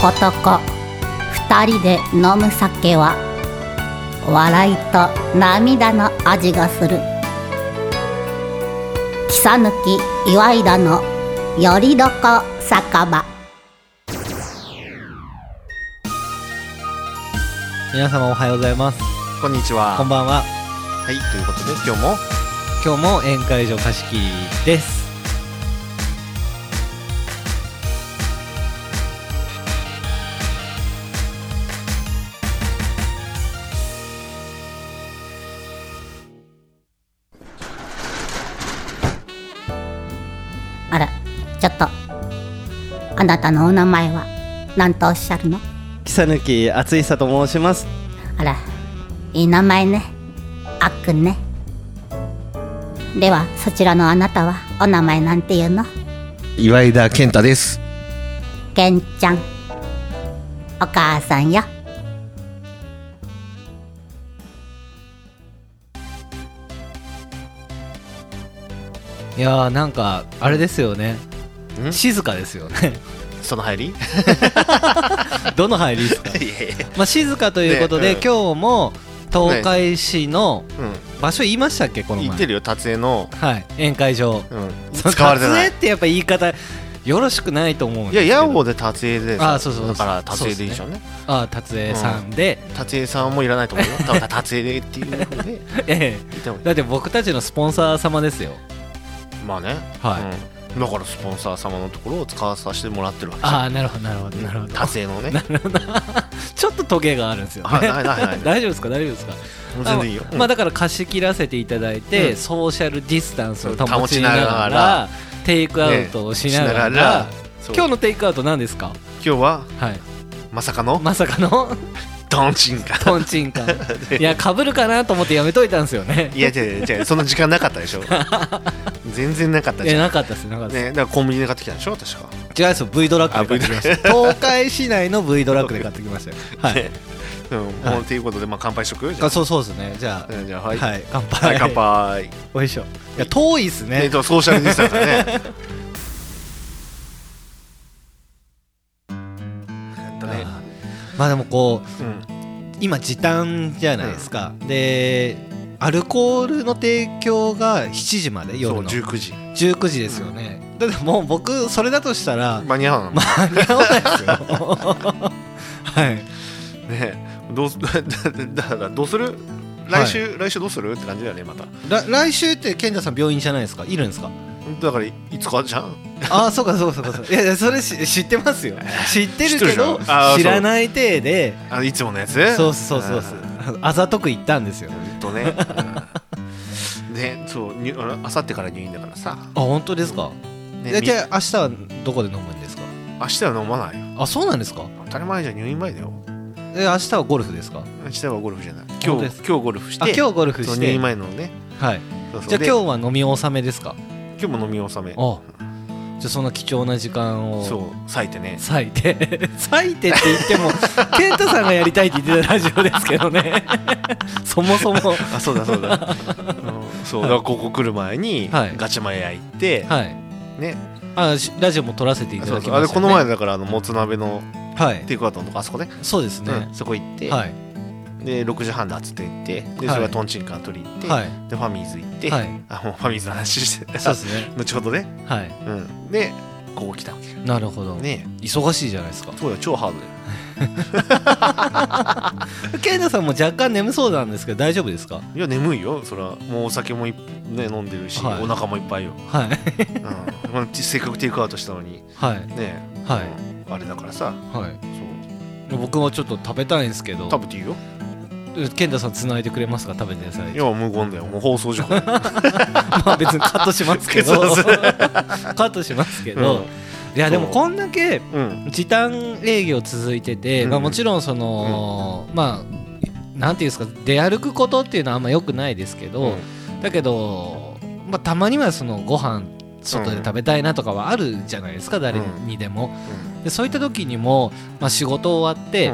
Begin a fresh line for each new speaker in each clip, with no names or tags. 男二人で飲む酒は笑いと涙の味がする木さぬき岩井田のよりどこ酒場
皆様おはようございます
こんにちは。
こんばんは
はい、ということで今日も
今日も宴会場貸し切りです
あらちょっとあなたのお名前は何とおっしゃるの
木さぬきあついさと申します
あらいい名前ねあっくんねではそちらのあなたはお名前なんていうの
岩井田健太です。
けんちゃんお母さんよ
いやーなんかあれですよね
ん
静かですよね
その入りい
どの入りですか
やいや
まあ静かということで、
ねうん
今日も東海市の場所言いましたっけこ
う
の
ん、
前
言ってるよ達江の、
はい宴会場
うん、
その
使われてな
撮
い
影ってやっぱ言い方よろしくないと思うん
いやヤ
や
オで達江で
あそうそうそう
だから達江でいいじゃんね
ああ達江さんで、
達江さんもいらないと 思うよだから達江でっていうふうで
え
言った方
え
がい
だって僕たちのスポンサー様ですよ
いまあね、
はい、
うん、だからスポンサー様のところを使わさせてもらってるわけじゃん
あ あなるほどなるほどなるほど
達江 のね
ちょっとトゲがあるんですよ
あ
ね
ないないない
大丈夫ですか大丈夫ですか
もう全然いいよ
あまあだから貸し切らせていただいて、
うん
ソーシャルディスタンスを
うん
保
保
ち
ち
な
な
が
が
ら
ら
テイクアウトをしながら,、
ねしながらそう
今日のテイクアウト何ですか
今日は
はい
まさかの
まさか の
ドンチンカ
トンチン カンいやかぶるかなと思ってやめといたんですよね
いや違う違うその時間なかっ たでしょ全然なかった
い
じ
や
ゃん
なかったですなかったです、
ね、だからコンビニで買ってきたんでしょ確か
違うですよ V ドラッグで買ってきました東海市内の V ドラッグで買ってきましたよはい、
ねうん、もうということで、まあ、乾杯しとくじゃ
あそうそうですねじゃ
あ。うんじゃあ、
あ
はい。はい、
はい、乾杯、
乾杯。
おいしょいや遠いっすね、
えっと、ソーシャルディスタンスだね。やったね。
あーまあでもこう
うん。
今時短じゃないですか、でアルコールの提供が7時まで夜
そう、
の
19時。
19時ですよね、だってもう僕それだとしたら
間に合わんの
間に合わないですよ はい
ねどうす、 だだから、どうする来週、来週どうするって感じだよね、また。
ら来週って健太さん病院じゃないですかいるんで すか
だから、いつかじゃん。
ああそうかそうかそうかそういやいやそれし知ってますよ知ってる
知ってる
け
でしょ
ど
あー
知らない体で
あのいつものやつ
そうそうそうそう
あ
あざとく行ったんですよ
ーほんと ね。うんね、そう、にあ明後日から入院だからさ。
あ本当ですか、
ね、み
じゃあ明日はどこで飲むんですか
明日は飲まないよ。
あそうなんですか
当たり前じゃん入院前だよ。
え明日はゴルフですか
明日はゴルフじゃない。
本
今
当
日、
で
今
す
日ゴルフして。
あ今日ゴルフ
そう
し
入
て
院前のね
はい
そうそう
じゃあ
で
今日は飲み納めですか
今日も飲み納め
あじゃあその貴重な時間を
そう割いてね
割いて 割いてって言っても 健太さんがやりたいって言ってたラジオですけどね そもそも
あそうだそうだ、 うんそうだからここ来る前に
はい
ガチマヤ行って、
はい
ね
あしラジオも撮らせていた
そ
だ
う
き
そう
ま
あれ
した
こ
よね
の前だからあのもつ鍋の
はい
テイクアウトのとこあそこね
そうですね
うん、そこ行って、
はい
で6時半だっつって行って
はい
でそれはトンチンカン取り行って、
はい
でファミーズ行って、
はい
あもうファミーズの話して
そうですね
後ほどね、
はい
うん、でここ来たわけよ
なるほど
ね
忙しいじゃないですか
そうよ超ハードで
健太さんも若干眠そうなんですけど大丈夫ですか
いや眠いよそれはもうお酒もいっね、飲んでるし、
はい
お腹もいっぱい よ、
はい
うんまあ、せっかくテイクアウトしたのに
はい
ね
はい
うんあれだからさ
はい
そう
僕もちょっと食べたいんですけど
食べていいよ
健太さん繋いでくれますか食べてください
いや無言だよもう放 送事故
まあ別にカットしますけど
そうそう
カットしますけど、
うん
いやでもこんだけ
うん
時短営業続いてて、
うん
まあ、もちろんその、まあなんていうんですか出歩くことっていうのはあんま良くないですけど、だけど、まあ、たまにはそのご飯外で食べたいなとかはあるじゃないですか、誰にでもでそういった時にも、まあ、仕事終わって、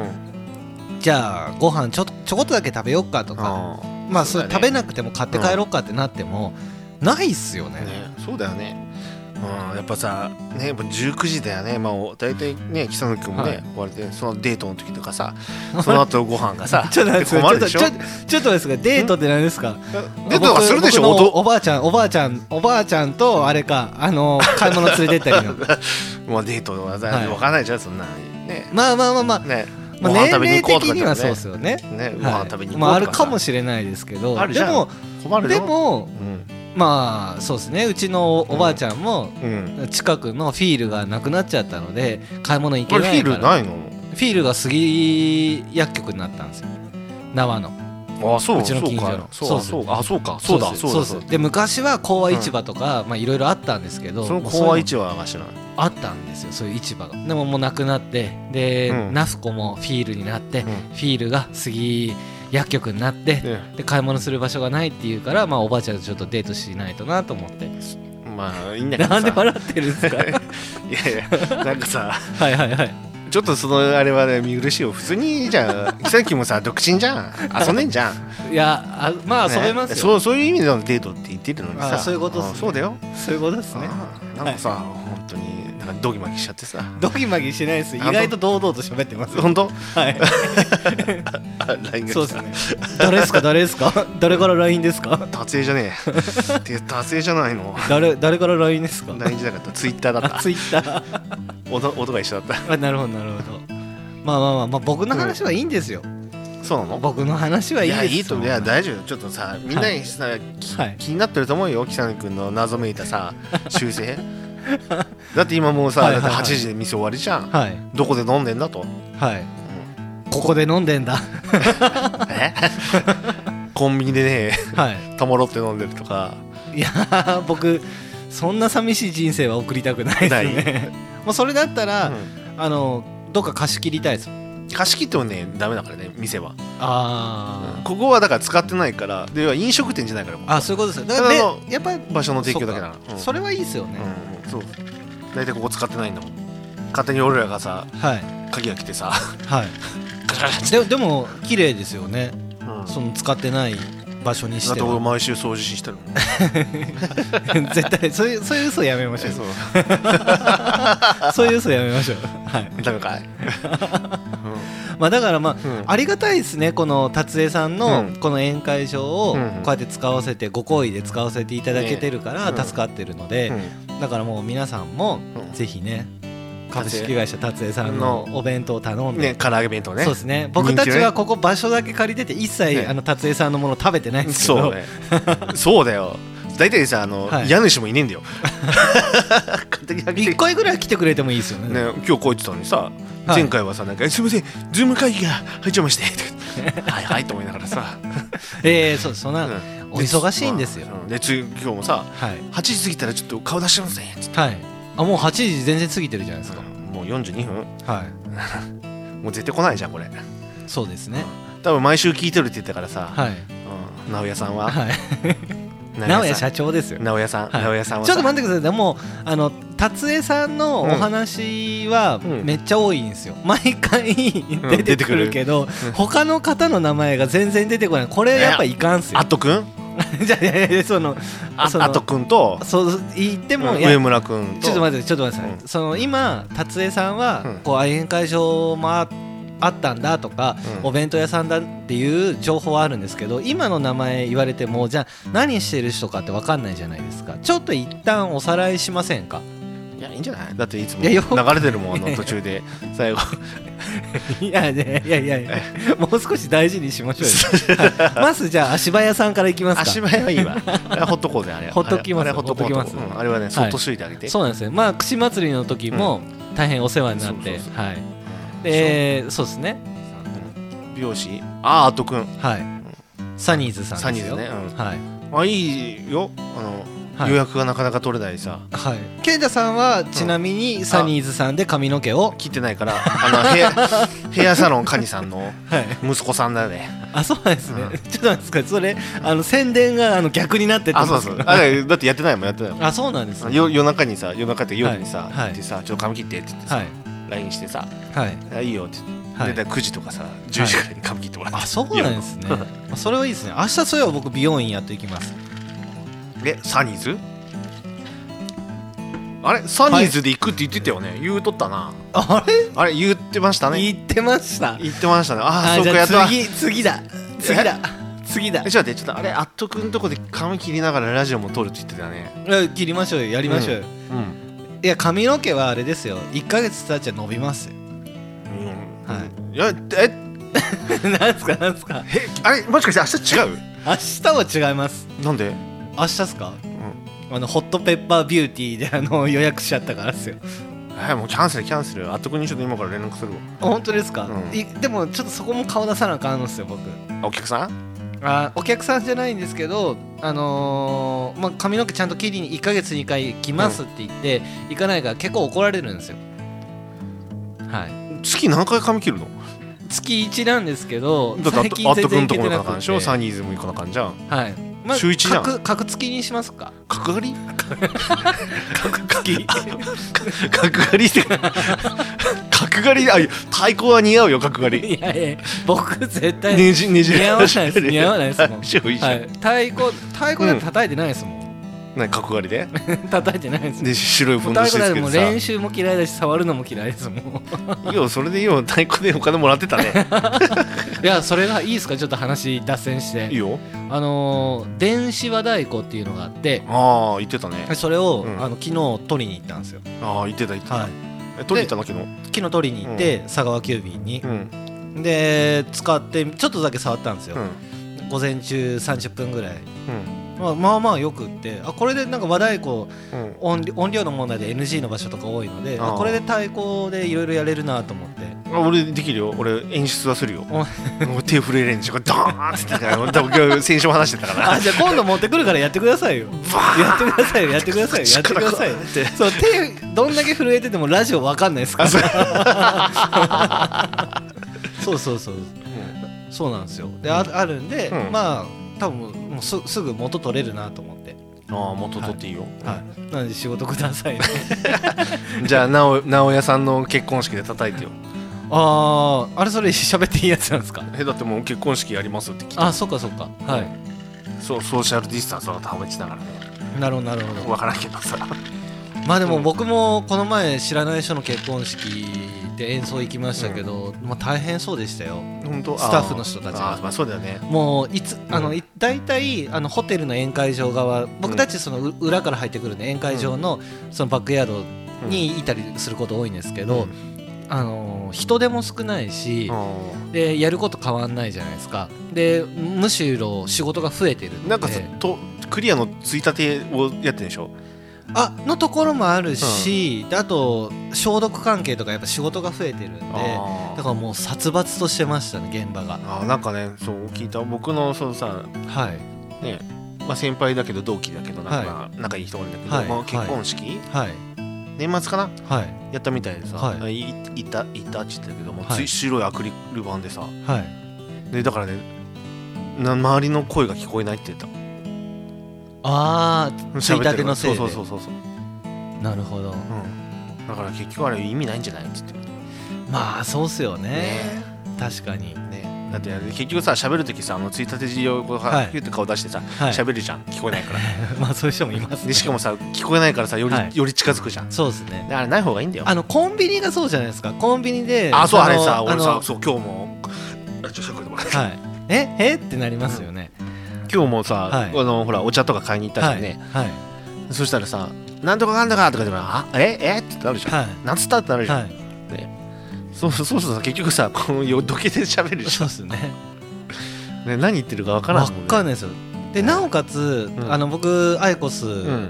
じゃあご飯ちょちょこっとだけ食べよっかとか、まあそれ
そうだね
食べなくても買って帰ろうかってなっても、ないっすよね
ね、そうだよね、うん、やっぱさ、ね、やっぱ19時だよね、まあ、お大体ね、北野君もね、
はい、
終わりで、そのデートの時とかさ、その後ご飯が さ
ちょっと待って
困るでしょ
ちょっとちょっとちょっとですがデートって何ですか
デートはするでしょ、
僕の
お
おばあちゃんおばあちゃんおばあちゃんとあれかあ の買い物連れてったりの
まあ、デートはさ、
はい
わかんないじゃん、そんなね。
まあまあまあまあ、
ね、
まあ、
ご飯
年
食べに
齢
行こう
的
とか
にはそうで
ね
すよね
ね、ご
は
飯
い
食べに行こうとかさ、
まああるかもしれないですけど
あるじ
で
ゃん
も
困る
で、
よ
も
うん
まあそうですねうちのおばあちゃんも
うん、
近くのフィールがなくなっちゃったので買い物行
こ
け
れ
な
フィ
い
ー
から
ルないの
フィールが杉薬局になったんですよ縄の
あそう
うちの近所の
そうか
そ
そううかあそうかそうだ
です
そうだそう
です
だ
で昔は講和市場とか、まあいろいろあったんですけど
その
もう
高和
う
市場は知らない
あったんですよそういう市場がでももうなくなってで、
うん
ナフコもフィールになって、
ん
フィールが杉薬局になって、
ね
で買い物する場所がないっていうから、まあ、おばあちゃんとちょっとデートしないとなと思って
まあいいんだけどさ
なんで笑ってるん ですかはい
やいやなんかさ
いはいはい
ちょっとそのあれはね見苦しいよ普通にじゃあさっきもさ独身じゃん遊んでんじゃん、ね、
いやあまあ 遊べますよ、
そうそういう意味でのデートって言ってるのに
あ
さ
そういうことっすね
んそうだよ、
そういうことですね
あーなんかさ、本当になんかドギマギしちゃってさ
ドギマギしないです意外と堂々と喋ってます
本当
はい
あ LINE が
そう
来
で
た
すね誰ですか誰ですか誰から LINE ですか
達成じゃね えて達成じゃないの
誰誰から LINE ですか
LINE じゃなかったツイッターだった
あツイッター
音音が一緒だっ
あなるほどなるほどまあまあまあ、まあ、僕の話はいいんですよ、
たそうなの
僕の話はい
い
いです
やいいと思ういや
だ
大丈夫ちょっとさみんなにさ、き
はい
気になってると思うよ北野君の謎めい たさ修正だって今もうさ、
はいはいはい
だって8時で店終わりじゃん
はい
どこで飲んでんだと
はい、ここで飲んでんだ
えコンビニでね
は
たまろって飲んでるとか
いいやー僕そんな寂しい人生は送りたくないですねもうそれだったら、
う
あのどっか貸し切りたいです
貸し切ってもねダメだからね店は、
あー、
ここはだから使ってないからでは飲食店じゃないからもう
あそういうことですよだからね
ただ
やっぱり
場所の提供だけだから
そ
れ
れはいいですよね、
うんそう大体ここ使ってないんだもん勝手に俺らがさ
はい
鍵が来 てさ
はい
ガチャガチャって
ででも綺麗ですよね
うん
その使ってない場所に
だ
し
ってて俺
は
毎週掃除してるも ん
絶対そういう そういう嘘やめましょう
そう
そういう嘘やめましょうはい
ダメかい、
まあだからまあ
うん
ありがたいですねこの達江さん
う
の
ん
この宴会場を
う
こ
ん
うやって使わせてご好意で使わせていただけてるか
ね
ら助かってるのでだからもう皆さんも
うん
ぜひね株式会社達江さんの
の
お弁当を頼ん
ね
で
唐揚げ弁当ね
そうですね僕たち
人気ね
はここ場所だけ借りてて一切
ね
あの達江さんのもの食べてないんですけ
そう
ど
ねそうだよ大体さあの、
はい
家主もいねえ んだよ勝手に開けて
一回ぐらい来てくれてもいいですよね
ね今日こう言ってたのにさ、
はい
前回はさなんか「すいませんズーム会議が入っちゃいまして」 とかはいはい」と思いながらさ、
ええそうそん
う
なんお忙しいんですよ
うんで次今日もさ
はい
8時過ぎたらちょっと顔出しますねつって
はいあもう8時全然過ぎてるじゃないです
さ
か
もう42分
はい
もう絶対来ないじゃんこれ
そうですね
多分毎週聞いてるって言ったからさ、
はい
うん直哉さん は
はい直
直
哉
哉さん
社長ですよ
直哉さん
はい
直哉さんは
ちょっと待
って
ってくださいでもあの達江さんのお話は
うん
めっちゃ多いんですよ、毎回出て
出て
く
く
る
る
けど、他の方の名前が全然出てこないこれやっぱいかんっすよ
あっとくん
じゃあいやいやその
あ
その
あっとくんと
そう言っても、いや
上村くんと
ちょっと待ってちょっと待ってください、
う
その今達江さんは、
うん
こう宴会場もああったんだとか、
うん
お弁当屋さんだっていう情報はあるんですけど今の名前言われてもじゃあ何してる人かって分かんないじゃないですかちょっと一旦おさらいしませ んか
いやいいんじゃないだっていつも
いや
流
よ
れてるもんあの途中で最後
いやいやいやいやいやもう少し大事にしましょうよ、 はいまずじゃあ足早さんからいきます
足
か
早はいいわあれはほっとこうぜあれは
ほっときます
あれはほっとこう
ほっときます
うんあれはねそっとしといてあげて
そうなんですねまあ串祭りの時も大変お世話になって、
そうそうそう
はい
うん
でそうですね
美容師ああっとくん
はいサニーズさんですよ
サニーズね
はい
あいいよあの
はい
予約がなかなか取れないさ
はい健太さんはちなみにサニーズさんで髪の毛を
切ってないからあの ヘアヘアサロンカニさんの
はい
息子さんだね
あそうなんですね、
うん
ちょっとなんですかそれあの宣伝があの逆になってって
あ
ます
そうそうあれだってやってないもんやってないもん
あそうなんですね
夜夜中にさ夜中って夜にさ、
はいはい
でさちょっと髪切ってって言ってさ、
はい
LINE してさ
はい
「あいいよ」って言って、
はい
でだから9時とかさ10時ぐらいに髪切ってもらって、
あそうなんですね あそれはいいですね明日そういえば僕美容院やっていきます
えサニーズあれサニーズで行くって言ってたよね、言うとったな
あれ
あれ言ってましたね
言ってました
言ってましたねああ
あ
そう
じ
か
ゃ
や
あ
ったわ
次次だ次だ次だ
えちょっと待ってちょっとあれアットくんとこで髪切りながらラジオも撮るって言ってたね
え切りましょうよやりましょうよ、
うん、、
いや髪の毛はあれですよ1ヶ月経っちゃ伸びますよはい
やえ
なんすかなんすか
えあれもしかして明日違う
明日は違います
なんで
明日っすか
うん
あのホットペッパービューティーであの 予約しちゃったからですよ
えもうキャンセルキャンセルアットくんにちょっと今から連絡するわ
本当ですか、
うん
いでもちょっとそこも顔出さなあかんのですよ僕
あお客さん
あお客さんじゃないんですけどあのーまあ、髪の毛ちゃんと切りに1ヶ月に1回来ますって言って、行かないから結構怒られるんですよはい
月何回髪切るの
月1なんですけど
だって
最近
アッ
全
トく
然行
んと
け
こ
て
行か
な
なあかん
く
でしてょサニーズも行かなあかんじゃん
はいまあ、
週一じゃん
角角付きにしますか
角刈り
角付き
角刈りって角刈りあいや太鼓は似合うよ角刈り
いやいや僕絶対
ねじねじ
似合わないです似合わないですもん
しょいいじゃん、
はい、太鼓太鼓で叩いてないですもん、
何角刈りで
叩いてないです
で白い
も
ふ
うん
ど
太
し
鼓
で
だ
す
って
け
も
ど
う
さ
練習も嫌いだし触るのも嫌いですも ん
いいよそれでいいよ太鼓でお金もらってたね
いやそれがいいですかちょっと話脱線し
いい
て
よ
あのー電子和太鼓っていうのがあって
ああ言ってたね
それを、
うん
あの昨日取りに行ったんですよ、
ああ言ってた言ってた、
はい、
え取りに行ったの
昨日取りに行って、佐川急便に
昨日、うん
で使ってちょっとだけ触ったんですよ、
うん
午前中30分ぐらい、まあ、まあまあよくってあこれでなんか和太鼓
うんうん
音音量の問題で NG の場所とか多いのであ
あー
これで太鼓でいろいろやれるなと思って
あ俺できるよ俺演出はするよ
お
もう手震えれんでしょドーンって言っ てたから多分今日先週も話してたから
あじゃあ今度持ってくるからやってくださいよやってくださいよやってくださいよやってくださいよ
って
そう手どんだけ震えててもラジオわかんないですからそうそうそうそうなんですよでああるんで、
うん
まあ多分もうすすぐ元取れるなと思って、
ああ元取っていいよ、
はい、なので仕事くださいね
じゃあなお直哉さんの結婚式で叩いてよ
あああれそれ喋っていいやつなんですか
えだってもう結婚式やりますって聞いた
あそっかそっかはい
そうソーシャルディスタンスを保ちながらね
なるほどなるほど
分からんけどさ
まあでも僕もこの前知らない人の結婚式で演奏行きましたけど、まあ大変そうでしたよ
本当
スタッフの人たちが
あーまあそうだよね
もういつ
ん
あのい大体あのホテルの宴会場側僕たちそのう裏から入ってくるね宴会場のそのバックヤードにいたりすること多いんですけど、あの人手も少ないし、
う
でやること変わんないじゃないですかでむしろ仕事が増えてるんで
んなんかさとクリアのついたてをやってるでしょ
あのところもあるし、であと消毒関係とかやっぱ仕事が増えてるんで
あー
だからもう殺伐としてましたね現場が
あーなんかねそう聞いた僕のそのさ
はい
ねまあ先輩だけど同期だけどなんか仲いい人がいるんだけど、
はい
まあ、結婚式、
はい
年末かな
はい
やったみたいでさ、、
はい
いたいたって言ってたけども、
はい
つい白いアクリル板でさ
はい
でだからねな周りの声が聞こえないって言ってた
ああついたてのせいで
そうそうそうそうそう、
なるほど
うん、だから結局あれ意味ないんじゃないっつって
まあそうっすよね
ね
確かに
ねだって結局さ喋る時さあのついたて字をこう
はい
はヒュッて顔出してさ
はい
喋、るじゃん聞こえないから
まあそういう人もいます
で
ね
しかもさ聞こえないからさより、
はい
より近づくじゃん
そうですね
であれない方がいいんだよ
あのコンビニがそうじゃないですかコンビニで
あそうあ
の
れさ俺
あ
さ
の
そう今日もあちょっとこれもらって
はいええってなりますよね
今日もさ、
はい
あのほらお茶とか買いに行ったじゃんね、
はい
そしたらさ「なんとかかんだか」とかでも「あええってなるじゃん、
はい
なんつったってなるじゃん、
はい
そうそうそうそう結局さこのよどけて喋るじ
そうっすね
ゃん、ね、何言ってるかわから
わ
んもんね
かんないですよでなおかつ、
うん
あの僕アイコス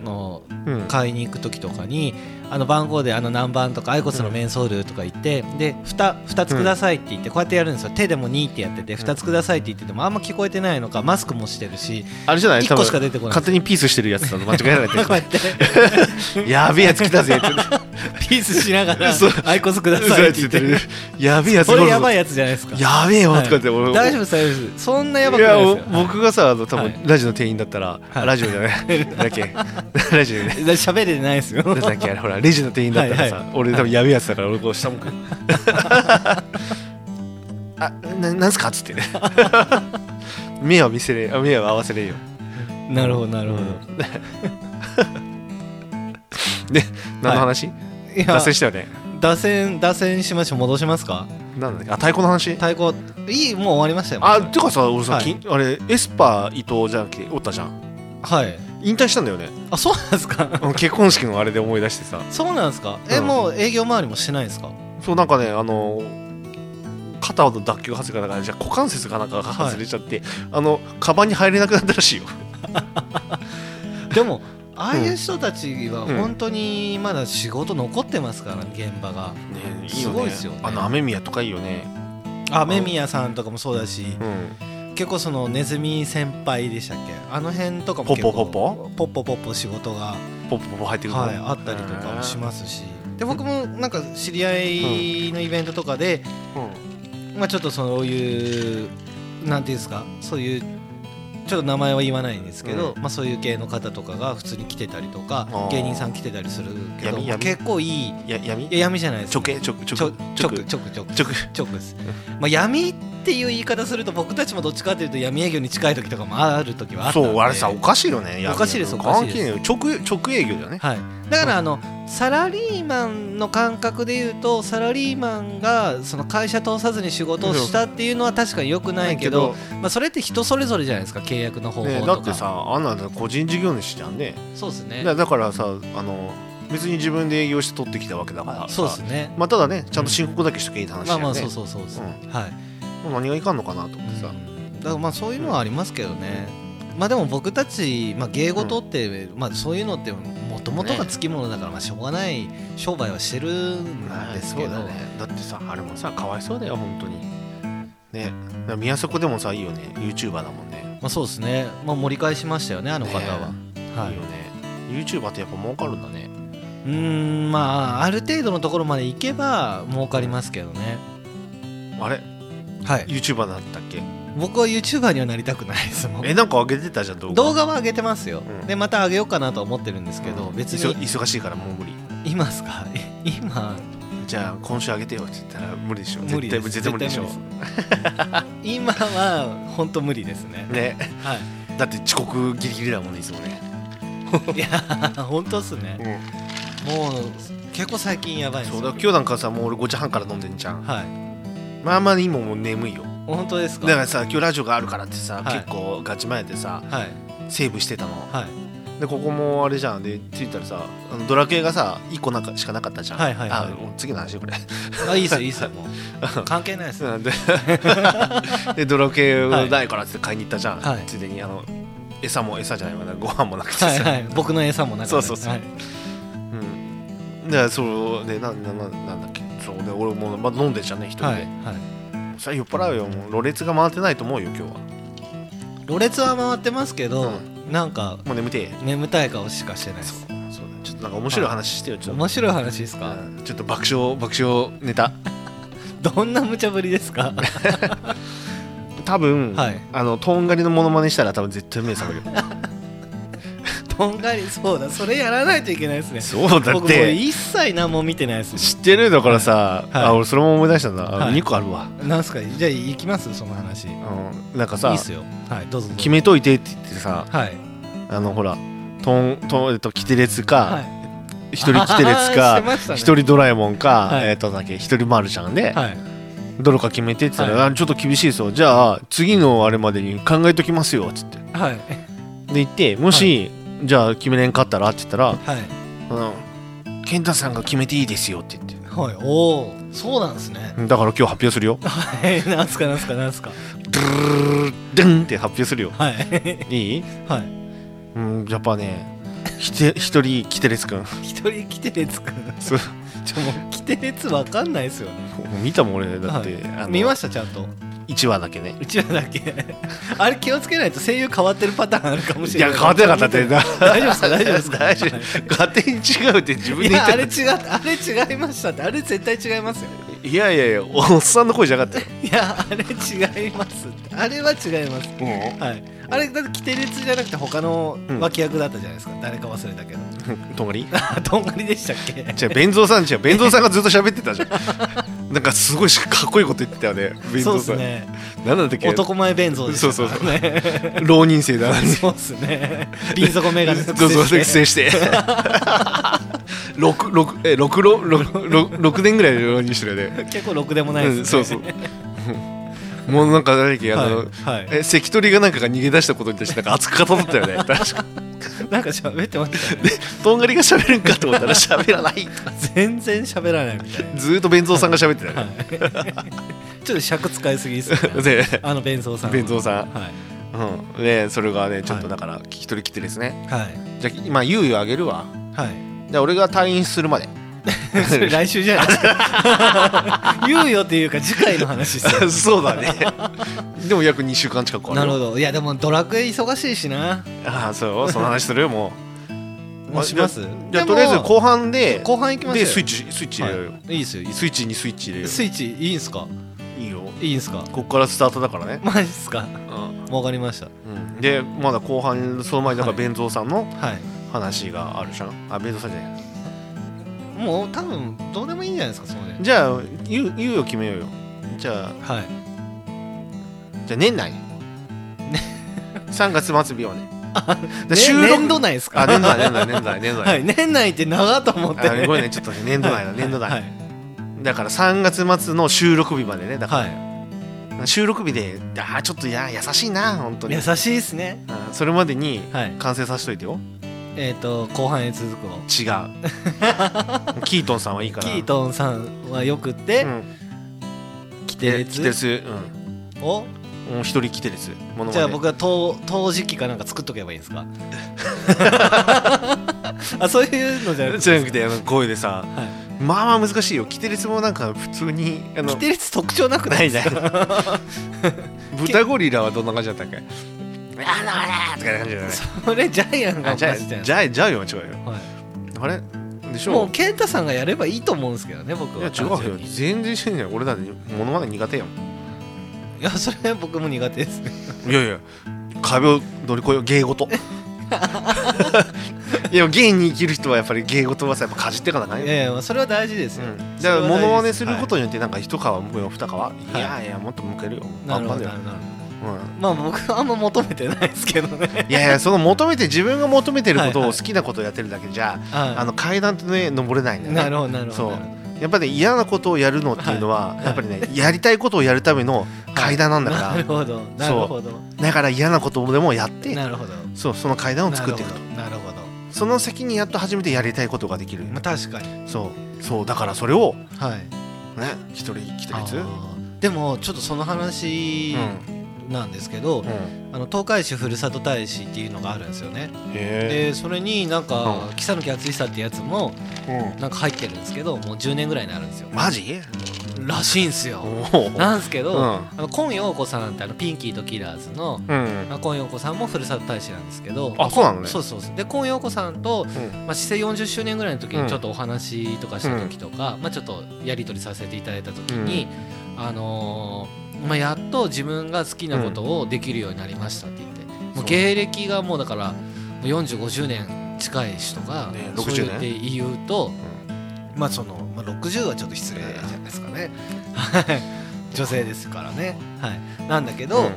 の
うん
買いに行く時とかに、あの番号であの何番とかアイコスのメンソールとか言って、で蓋2つくださいって言ってこうやってやるんですよ手でも2ってやってて2つくださいって言っててもあんま聞こえてないのかマスクもしてるし
あれじゃない
1
多
個しか
分
出てこない
勝手にピースしてるやつだと間違えられて る
こうやって
やべえやつ来たぜって
ピースしながら
そう
アイコスくだ
嘘
さい
や
っ
つ
て
言
言
っ
ってて
るやべえやつ
それやばい
い
やつじゃないですか
やべえよとかって
は
俺
い大丈夫です大丈夫ですそんなやば
い
くな
や
いで
お
すよ
僕がさあの多
は
分
い
ラジオの店員だったら
はい
ラジ オじゃないだっけラジオね
喋れてないですよ
なんだっけあれほらレジの店員だったら
はい
さ俺多分やべえやつだから俺こう下 向くあななんすかっつってね 目は見せれあ目は合わせれんよ
なるほどなるほど、
何の話
いや
脱線したよね
打線打線しましょう戻しますか
なんだっけあ太鼓の話
太鼓いいもう終わりましたよ
あ
もう
てかさ俺さ、
はい
きあれエスパー伊藤じゃなくておったじゃん
はい
引退したんだよね
あそうなんですか
あの結婚式のあれで思い出してさ
そうなんですかえ、
うん
もう営業回りもしてないんですか
そうなんかねあの肩の脱臼発がなんかじゃあ股関節かなんかが外れちゃって、あのカバンに入れなくなったらしいよ
でもああ いう人たちは本当にまだ仕事残ってますから現場が
ね
すごいっすよね
あの雨宮とかいいよね
雨宮さんとかもそうだし
うん
結構そのネズミ先輩でしたっけあの辺とかも結構
ポッポポ
ポッポポッポ仕事が、
ポッポポポ入ってくるの
はい、あったりとかもしますしで僕もなんか知り合いのイベントとかで、
うん
まあ、ちょっとそういうなんていうんですかそういうちょっと名前は言わないんですけど、まあ、そういう系の方とかが普通に来てたりとか
あー
芸人さん来てたりするけどま
闇
あ
闇
結構いいい
や闇
や闇じゃないです
直径
ち
直
ょ
直
ちょくちょくちょく
直
ちょくです、まあ、闇っていう言い方すると僕たちもどっちかというと闇営業に近い時とかもある時はあったんで
そうあれさおかしいよね
おかしいです
闇
おかしい
関係
で
な
す
よ直直営業だよね
はい、だからあのサラリーマンの感覚で言うとサラリーマンがその会社通さずに仕事をしたっていうのは確かに良くないけど、まあ、それって人それぞれじゃないですか契約の方法と
ね、
か、
だってさあんなの個人事業主じゃんね
そうですね
だだからさあの別に自分で営業して取ってきたわけだからさ
そうですね
まあただねちゃんと申告だけしとけいいって話だ
まあ
よね、
まあそうそうそうです、
う
はい、
もう何がいかんのかなと思ってさ、
うんだからまあそういうのはありますけどね、まあでも僕たち、まあ、芸事って、まあ、そういうのってもともとがつきものだから、まあしょうがない商売はしてるん
なんで
ですす
け
け
ど
ど、
ねだってさあれもさかわいそうだよ本当にねだから宮迫でもさいいよね YouTuber だもんね
まあ、そうですね、まあ、盛り返しましたよねあの方は、はい
いよね YouTuber ってやっぱ儲かるんだね
うーんまあある程度のところまで行けば儲かりますけどね
あれ
はい
YouTuber だったっけ
僕は YouTuber にはなりたくないですもん
えなんか上げてたじゃん動画
動画は上げてますよ、
うん
でまた上げようかなとは思ってるんですけど、
うん
別
忙
に
忙しいからもう無理
今ですか 今
じゃあ今週上げてよって言ったら無理でしょ
無理です
絶対無理でしょ
絶対無理です 今は本当無理です ね
ね
は
だって遅刻ギリギリだもんねいつもね、
いいや本当っすねもう結構最近やばいんです
そう
よ
だから今日なんかさもう俺5時半から飲んでんじゃん
はい
まあまあ今もう眠いよ
本当ですか
だからさ今日ラジオがあるからってさ、
はい
結構ガチ前でさ
はい
セーブしてたの
はい
でここもあれじゃんで着いたらさあのドラ系がさ1個なんかしかなかったじゃん、
はいはいはい
あもう次の話これ
あいいっすよいいっすよもう関係ないです
でで ドラ系ないからって買いに行ったじゃん、
はい
ついでにあの餌も餌じゃないわなご飯もなくてさ、
はいはい僕の餌もなかった
そうそうそう
はい
うんだからそうでななななんだっけそうで俺もうまだ飲んでんじゃんね一人で、
はいはい
それ酔っ払うよもうろれつが回ってないと思うよ今日は
ろれつは回ってますけど、
う
なんか
もう眠てえ
眠たい顔しかしてないです
そうだちょっとなんか面白い話してよちょっと
面白い話ですか、
うんちょっと爆笑爆笑ネタ
どんな無茶ぶりですか
多分、
はい
あのとんがりのモノマネしたら多分絶対目覚める
とんがりそうだそれやらないといけないですね
そうだっ
僕もう
て
一切何も見てないです
知ってるだからさ、
はい
あ俺それも思い出したんだ、あ
はい
2個あるわ、
なんすかじゃあ行きますその話いい
うん、なんかさ
っすよはいどうぞどうぞ
決めといてって言ってさ
はい
あのほらとんとんえっとキテレツか
は
一、人キテレ
あ
ツ
ーして
か
ましたね
一、人ドラえもんか、
はい
えっとなんだっけ一人マルちゃんで、
いはい
どれか決めてって言ったら、あちょっと厳しいですよじゃあ次のあれまでに考えときますよっつって
はい
で言ってもし、じゃあ決めれんかったらって言ったら
はい
「あの健太さんが決めていいですよ」って言って
はいおおそうなんですね
だから今日発表するよ
はい なんすかなんすかなんすか
ドゥルルルルルンって発表するよ
はい
いい
はい
うんやっぱねひて一人キテレツくん
一人キテレツくん
そう
ちょもうキテレツわかんないですよね
見たもん俺だって、
はい
あの
見ましたちゃんと
1話だけね
うちらだけ あれ気をつけないと声優変わってるパターンあるかもし
い
れない
や変わってなかったってな
大丈夫ですか大丈夫ですか
大丈夫勝手に違うって自分で
い
言っ
や
ちゃ
あ
っ
れ違ったあれ違いましたってあれ絶対違いますよ
たいやいやいやおっさんの声じゃなかったよ
いやあれ違いますってあれは違いますはいあれだって規定列じゃなくて他の
うん
脇役だったじゃないですか、誰か忘れたけど
とんがり
あとんがりでしたっけ
じゃあ弁蔵さんじゃ弁蔵さんがずっと喋ってたじゃんなんかすごいしかっこいいこと言ってたよね弁
そう
蔵
で
さ
す
ん、
ね
何なんだっけ
男前弁蔵でした
そうそうそう
ね
浪人生だな
そうです ね瓶底眼鏡
そうそう苦戦して 六六え六ろ六六六年ぐらい浪人してるよね
結構ろくでもないですね、
うんそうそうもう なんか誰だっけあの、
はい、はい、
え関取がなんかが逃げ出したことに対してなんか熱く語ったよね 確か
なんか喋ってましたね
とんがりが喋るんかと思ったら喋らない
全然喋らないみたい
ずーっと弁蔵さんが喋ってたよ
な、
ね、
はい、ち ょっと尺使いすぎですね
で
あの弁蔵さんは
弁蔵さん
はい
うんねそれがねちょっとだから聞き取り来てですね、
はい
じゃあ今猶予あげるわ
はい
で俺が退院するまで
それ 来週じゃないですか言うよっていう か次回の話ですよ
そうだねでも約2週間近くある
なる
ほ
ほどいやでもドラクエ忙しいしな
どああそうその話するよもう
もうします
じゃあじ
で
ゃあ
も
とりあえず後半で
後半行きましょう
で
よ
スイッチスイッチ入れようよ、
はいいいですよいいっす
スイッチにスイッチ入れようよ
スイッチいいんすか
いいよ
いいんすか
こっからスタートだからね、
マジっすか
う
わかりました
んうん、でまだ後半その前にだから弁蔵さんの
はい
話があるじゃんあ弁蔵さんじゃない
もう多分どうでもいいんじゃないですかそのね
じゃあ猶猶予決めようよじゃあ
はい
じゃあ年内3月末日はね
ね
で収録
年度内ですか
あ年内年内年内年内、
はい年内って長と思って
あ ごめんねちょっと年度内だ年度内、
はい
だから3月末の収録日までねだか
は
ら収録日でああちょっといや優しいな本当
い
に
優しいですね
あーそれまでに
はい
完成させといてよ
えっと後半へ続くを
違うキートンさんはいいから
キートンさんはよくって
うん、
規定
でキテレ
列
ツ、うん
を
もう一人キテレツもの
じゃあ僕は陶陶磁器かなんか作っとけばいいんです かあそういうのじゃなくて
じゃなくてあの声でさ、
は
まあまあ難しいよキテレツもなんか普通にあの
規定列特徴なくない ですか
豚ゴリラはどんな感じだったっけあらあらとかな感じじゃない
それジャイアンが
あ
同じじゃない
じゃあ
ですか
じゃあじゃあよ違うよ
は
あれでし
い、も
ょ
う健太さんがやればいいと思うんですけどね僕
い
は
や違うよ全然してんじゃん俺だってものまね苦手やもん
いやそれは僕も苦手ですね
いやいや壁を乗り越えよう 芸事いや芸に生きる人はやっぱり芸事はさやっぱかじってかなあかんよ
いやいやそれは大事ですよ、
うんだから物真似することとによってなんか一皮むよ二皮、い、
は
やいやもっと向けるよ
な
バ
る
ン
ほ
バ
ど
ンだ
な
よ
る、ほどまあ僕はあんま求めてないですけどね
うん、いやいやその求めて自分が求めてることを
はいは
好
い
きなことをやってるだけじゃあ
あ
の階段ってね登れないんだよね
なるほどなるほど
そう
なるほど
やっぱり、ね、嫌なことをやるのっていうのは、
はい
やっぱりねやりたいことをやるための階段なんだから、
なるほどなるほど
だから嫌なことでもやって
なるほど
そうその階段を作っていくと
なるほどなるほど
その先にやっと初めてやりたいことができる、
まあ確かに
そうそうだからそれを
はい
ね一人一人ずつ
あーでもちょっとその話
うん
なんですけど、
うん
あの東海市ふるさと大使っていうのがあるんですよね、
へ
でそれになんか
う
木更木敦久ってやつも
え、
なんか入ってるんですけどもう10年ぐらいになるんですよ
うん、マジ
らしいんですよ
おー
なんですけど、
うん
あの今陽子さんってあのピンキーとキラーズの
うん
まあ今陽子さんもふるさと大使なんですけど
あそうなのね
そうそうそうで今陽子さんと、
うん
まあ、市政40周年ぐらいの時
うん
にちょっとお話とかした時とか、まあ、ちょっとやり取りさせていただいた時に、あのーまあ、やっと自分が好きなことをできるようになりましたって言って、も
そう
う芸歴がもうだからもう4050年近い人が、
ね60
そう言って言うと、まあその、まあ、60はちょっと失礼じゃないですかね、はい女性ですからね、はい、なんだけど、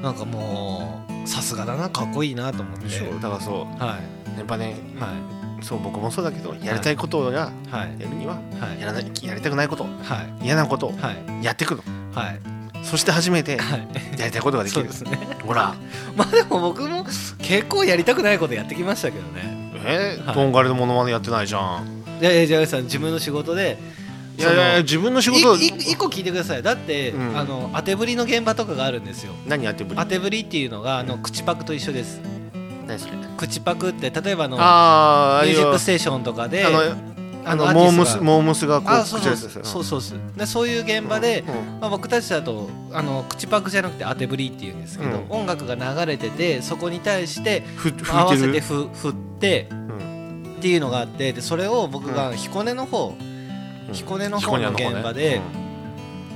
なんかもうさすがだなかっこいいなと思って
でしょだからそ
は
うやっぱね
いは
そう僕もそうだけどやりたいことをや
いはい
やるには
はい
やらないやりたくないこと
はい
嫌なことを
はい
やっていくの
はい
そして初 めて
はい
やりたいことができ
そう
る
ですね
ほら
まあでも僕も結構やりたくないことやってきましたけどね
え
はい
とんがりのモノマネやってないじゃん
いやいやじゃあさん自分の仕事で
いやいやいや
その
自分の仕事
いい一個聞いてくださいだって、
うん
あの当てぶりの現場とかがあるんですよ
何やってぶり
当てぶりっていうのがあの口パクと一緒です
何それ
口パクって例えばあの
あああ
ミュー
い
ジッ
う
クステーションとかで
あのあのモームス
ー
モームスがこ
あ
う
そ
口
う
で
そ
す
うそうそうそうでそういう現場で、
うん
まあ、僕たちだとあの口パクじゃなくて当てぶりっていうんですけど、
うん
音楽が流れててそこに対して
ふ吹
合わ
いて
せて
る
ふ振って
うん
っていうのがあってでそれを僕が
う
彦根の方、
うん
彦根の方の
彦根の方ね
現場で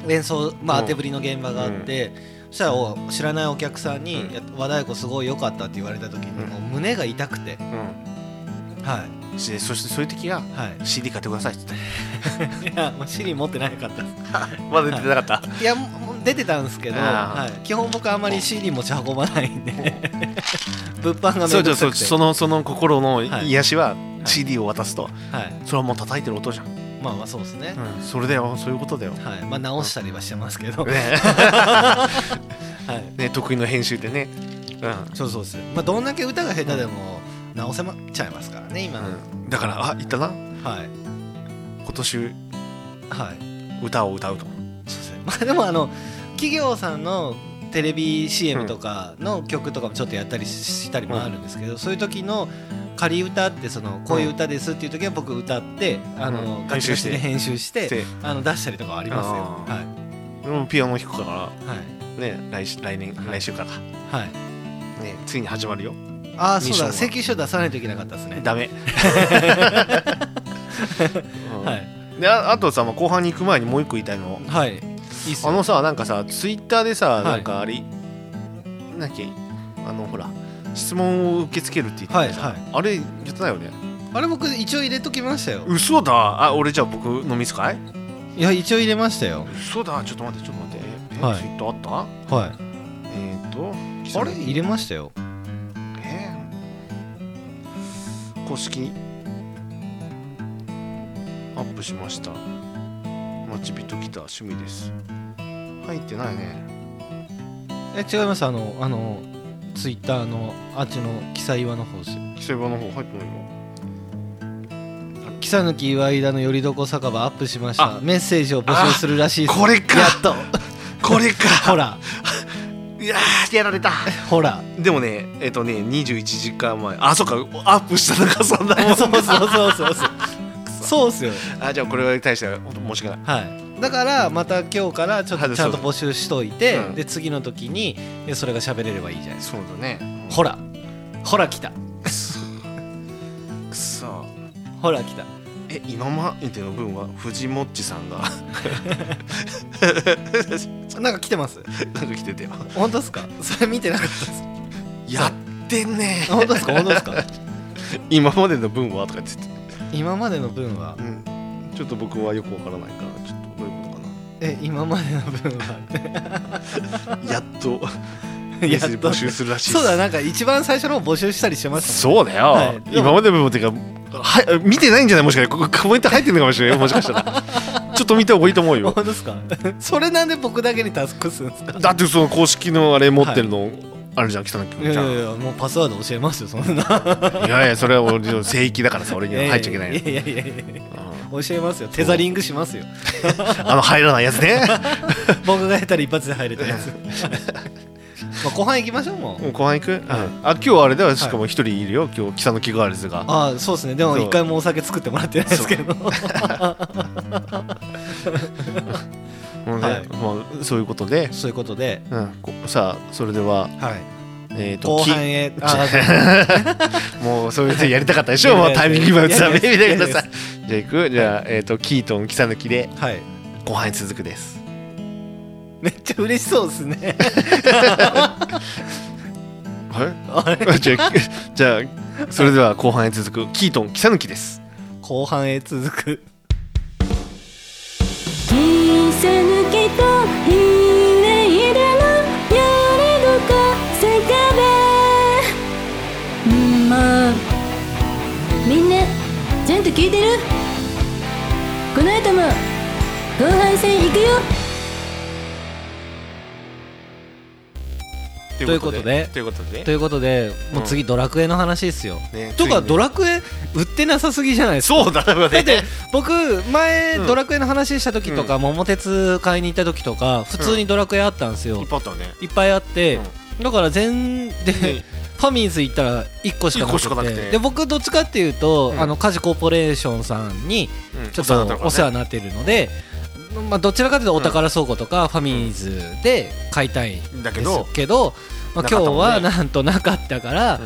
演奏、まあ、当てぶりの現場があって、そしたらお知らないお客さんに
うん
いや「和太鼓すごい良かった」って言われた時に
うん
もう胸が痛くて、
うんうん
は
しそしてそういう時はい
は
CD 買ってくださいって言っ
い、いやもう尻持ってなかったです
てまだ出てなかった
いやもう出てたんですけど、
あ
はい、基本僕あんまり CD 持ち運ばないんで物販がめ
そ
ん
うじ
ど
ゃ
くさ
そ
く
う
て
そのその心の
はい
癒しは CD を渡すと、
はい、
それはもう叩いてる音じゃん、
まあまあそうですね、
うん、それだよそういうことだよ、
はいまあ直したりはしてますけ ど、は
ね
い、
ね得意の編集でね、う
そうそうです、まあ、どんだけ歌が下手でも直せまちゃいますからね今、
んうん、だからあ言ったな
はい
今年
はい
歌を歌うと
そうですねまあでもあの企業さんのテレビ CM とかの曲とかもちょっとやったりししたりもあるんですけど、そういう時の仮歌ってそのこういう歌ですっていう時は僕歌って、あの、
うん
ガチガチで編集して
で
あの出したりとかはありますよ
あー
は
俺もピアノ弾くか
いはい
らね来し来年
はい
来週から
はい
ねついに始まるよ
ああそう
ミッション
だ
は
請求書出さないといけなかったですね
ダ メ、うん
はい
でああとさ、まあ後半に行く前にもう一個言いたいの
はいいいっす
あ
よ
のさなんかさツイッターでさ
い
なんかあれ、なんだっけあのほら質問を受け付けるって言っ
はい
てたじゃん、
はい
あれ言ってないよね
あれ僕一応入れときましたよ
嘘だあ俺じゃあ僕飲みすかい
いや一応入れましたよ
嘘だちょっと待ってちょっと待ってえ、
はい
ツイッターあっ
はい
たえっ、ー、と
あれ入れましたよ
えー公式アップしました待ち人ギター趣味です入ってないね
え違いますあのあのツイッターのあっちの記載岩の方ですよ
規制版の方入ってないよ
木佐抜き岩井田のよりどこ酒場アップしまし
あ
たメッセージを募集するらしいです
これか
やっと
これか
ほら
いやーやられた
ほら
でもねえっ、とね21時間前あそっかアップしたのがそんなもん
そうそうそうそうそうそうっすよ
あじゃあこれは大した本当申し訳ない
はいだからまた今日からちょっとちゃんと募集しといて、
うん
で次の時にえそれが喋れればいいじゃないです
そうだね
かほらほら来た
くそ
ほら来た
え今までの分は藤もっちさんが
なんか来てます
なんか来てて
本当ですかそれ見てなかったです
やってんね
本当ですか本当ですか
今までの分はとか言ってて、
今までの分は
うん、ちょっと僕はよくわからないからちょっとどういうこと
え今までの分は
かな やっとメ
や
ッ
っと
セージ募集するらしい
そうだなんか一番最初の方募集したりしてます
そうだよ、
はい
今までの分もっていうかは見てないんじゃないもしかしてここコメント入ってるのかもしれないよもしかしたら ちょっと見た方がいいと思う
もん
よ
本当ですかそれなんで僕だけにタスクすんですか
だってその公式のあれ持ってるの、あるじゃん北野
い
君
やい
ちゃ
や
ん
いやもうパスワード教えますよそんない
やいやそれは俺の聖域だからさ俺には入っちゃいけないの
いやいやいやいやいや
うん
教えますよテザリングしますよ
あの入らないやつね
僕がやったら一発で入れたやつまあ後半行きましょうもう
もう後半行く、うん、あ今日はあれだよしかも一人いるよ今日北野キガールズが
ああそうですねでも
そう
一回もお酒作ってもらってないですけど
もうね
はい
まあ、そういうことで、
そういうことで
うん、こさあそれでは、
はい
えー、と
後
き
半へあ
もうそういうのやりたかったでしょ
いや
も
いうや
タイミング今打つためみ
いやい
た
や
いないさ
や
じゃあ行くじゃあ、えー、とキートンキサヌキで
はい
後半に続くです
めっちゃ嬉しそうですね
は
あれ
いじゃあじゃあそれでは後半へ続くキートンキサヌキです
後半へ続く
「切さ抜けとひいだのよりどこ酒場」んもうみんなちゃんと聞いてるこの後も後半戦行くよ
と
いうことで
ということで
ということでもう次ドラクエの話ですよ、
ね
とか
ついに
ドラクエ売ってなさすぎじゃないですか
そうだよ
だっ
ね
て僕前
うん
ドラクエの話した時とか桃鉄買いに行った時とか普通にドラクエあったんですよ
いっぱいあったわね
いっぱいあってだから全で
ね
カミンズ行ったら1個しかな
一個しかな
く
く
て
て
で僕どっちかっていうと、
うん
あの家事コーポレーションさんに
うん
ちょっ
お世話にな
と
た
お世話に
からね
なってるので、まあ、どちらかというとお宝倉庫とかファミリーズで買いたいん
だけ
です
ど、
けど、まあ、
なか
今
っ
日
たもんね
は なんとなかったから、
うん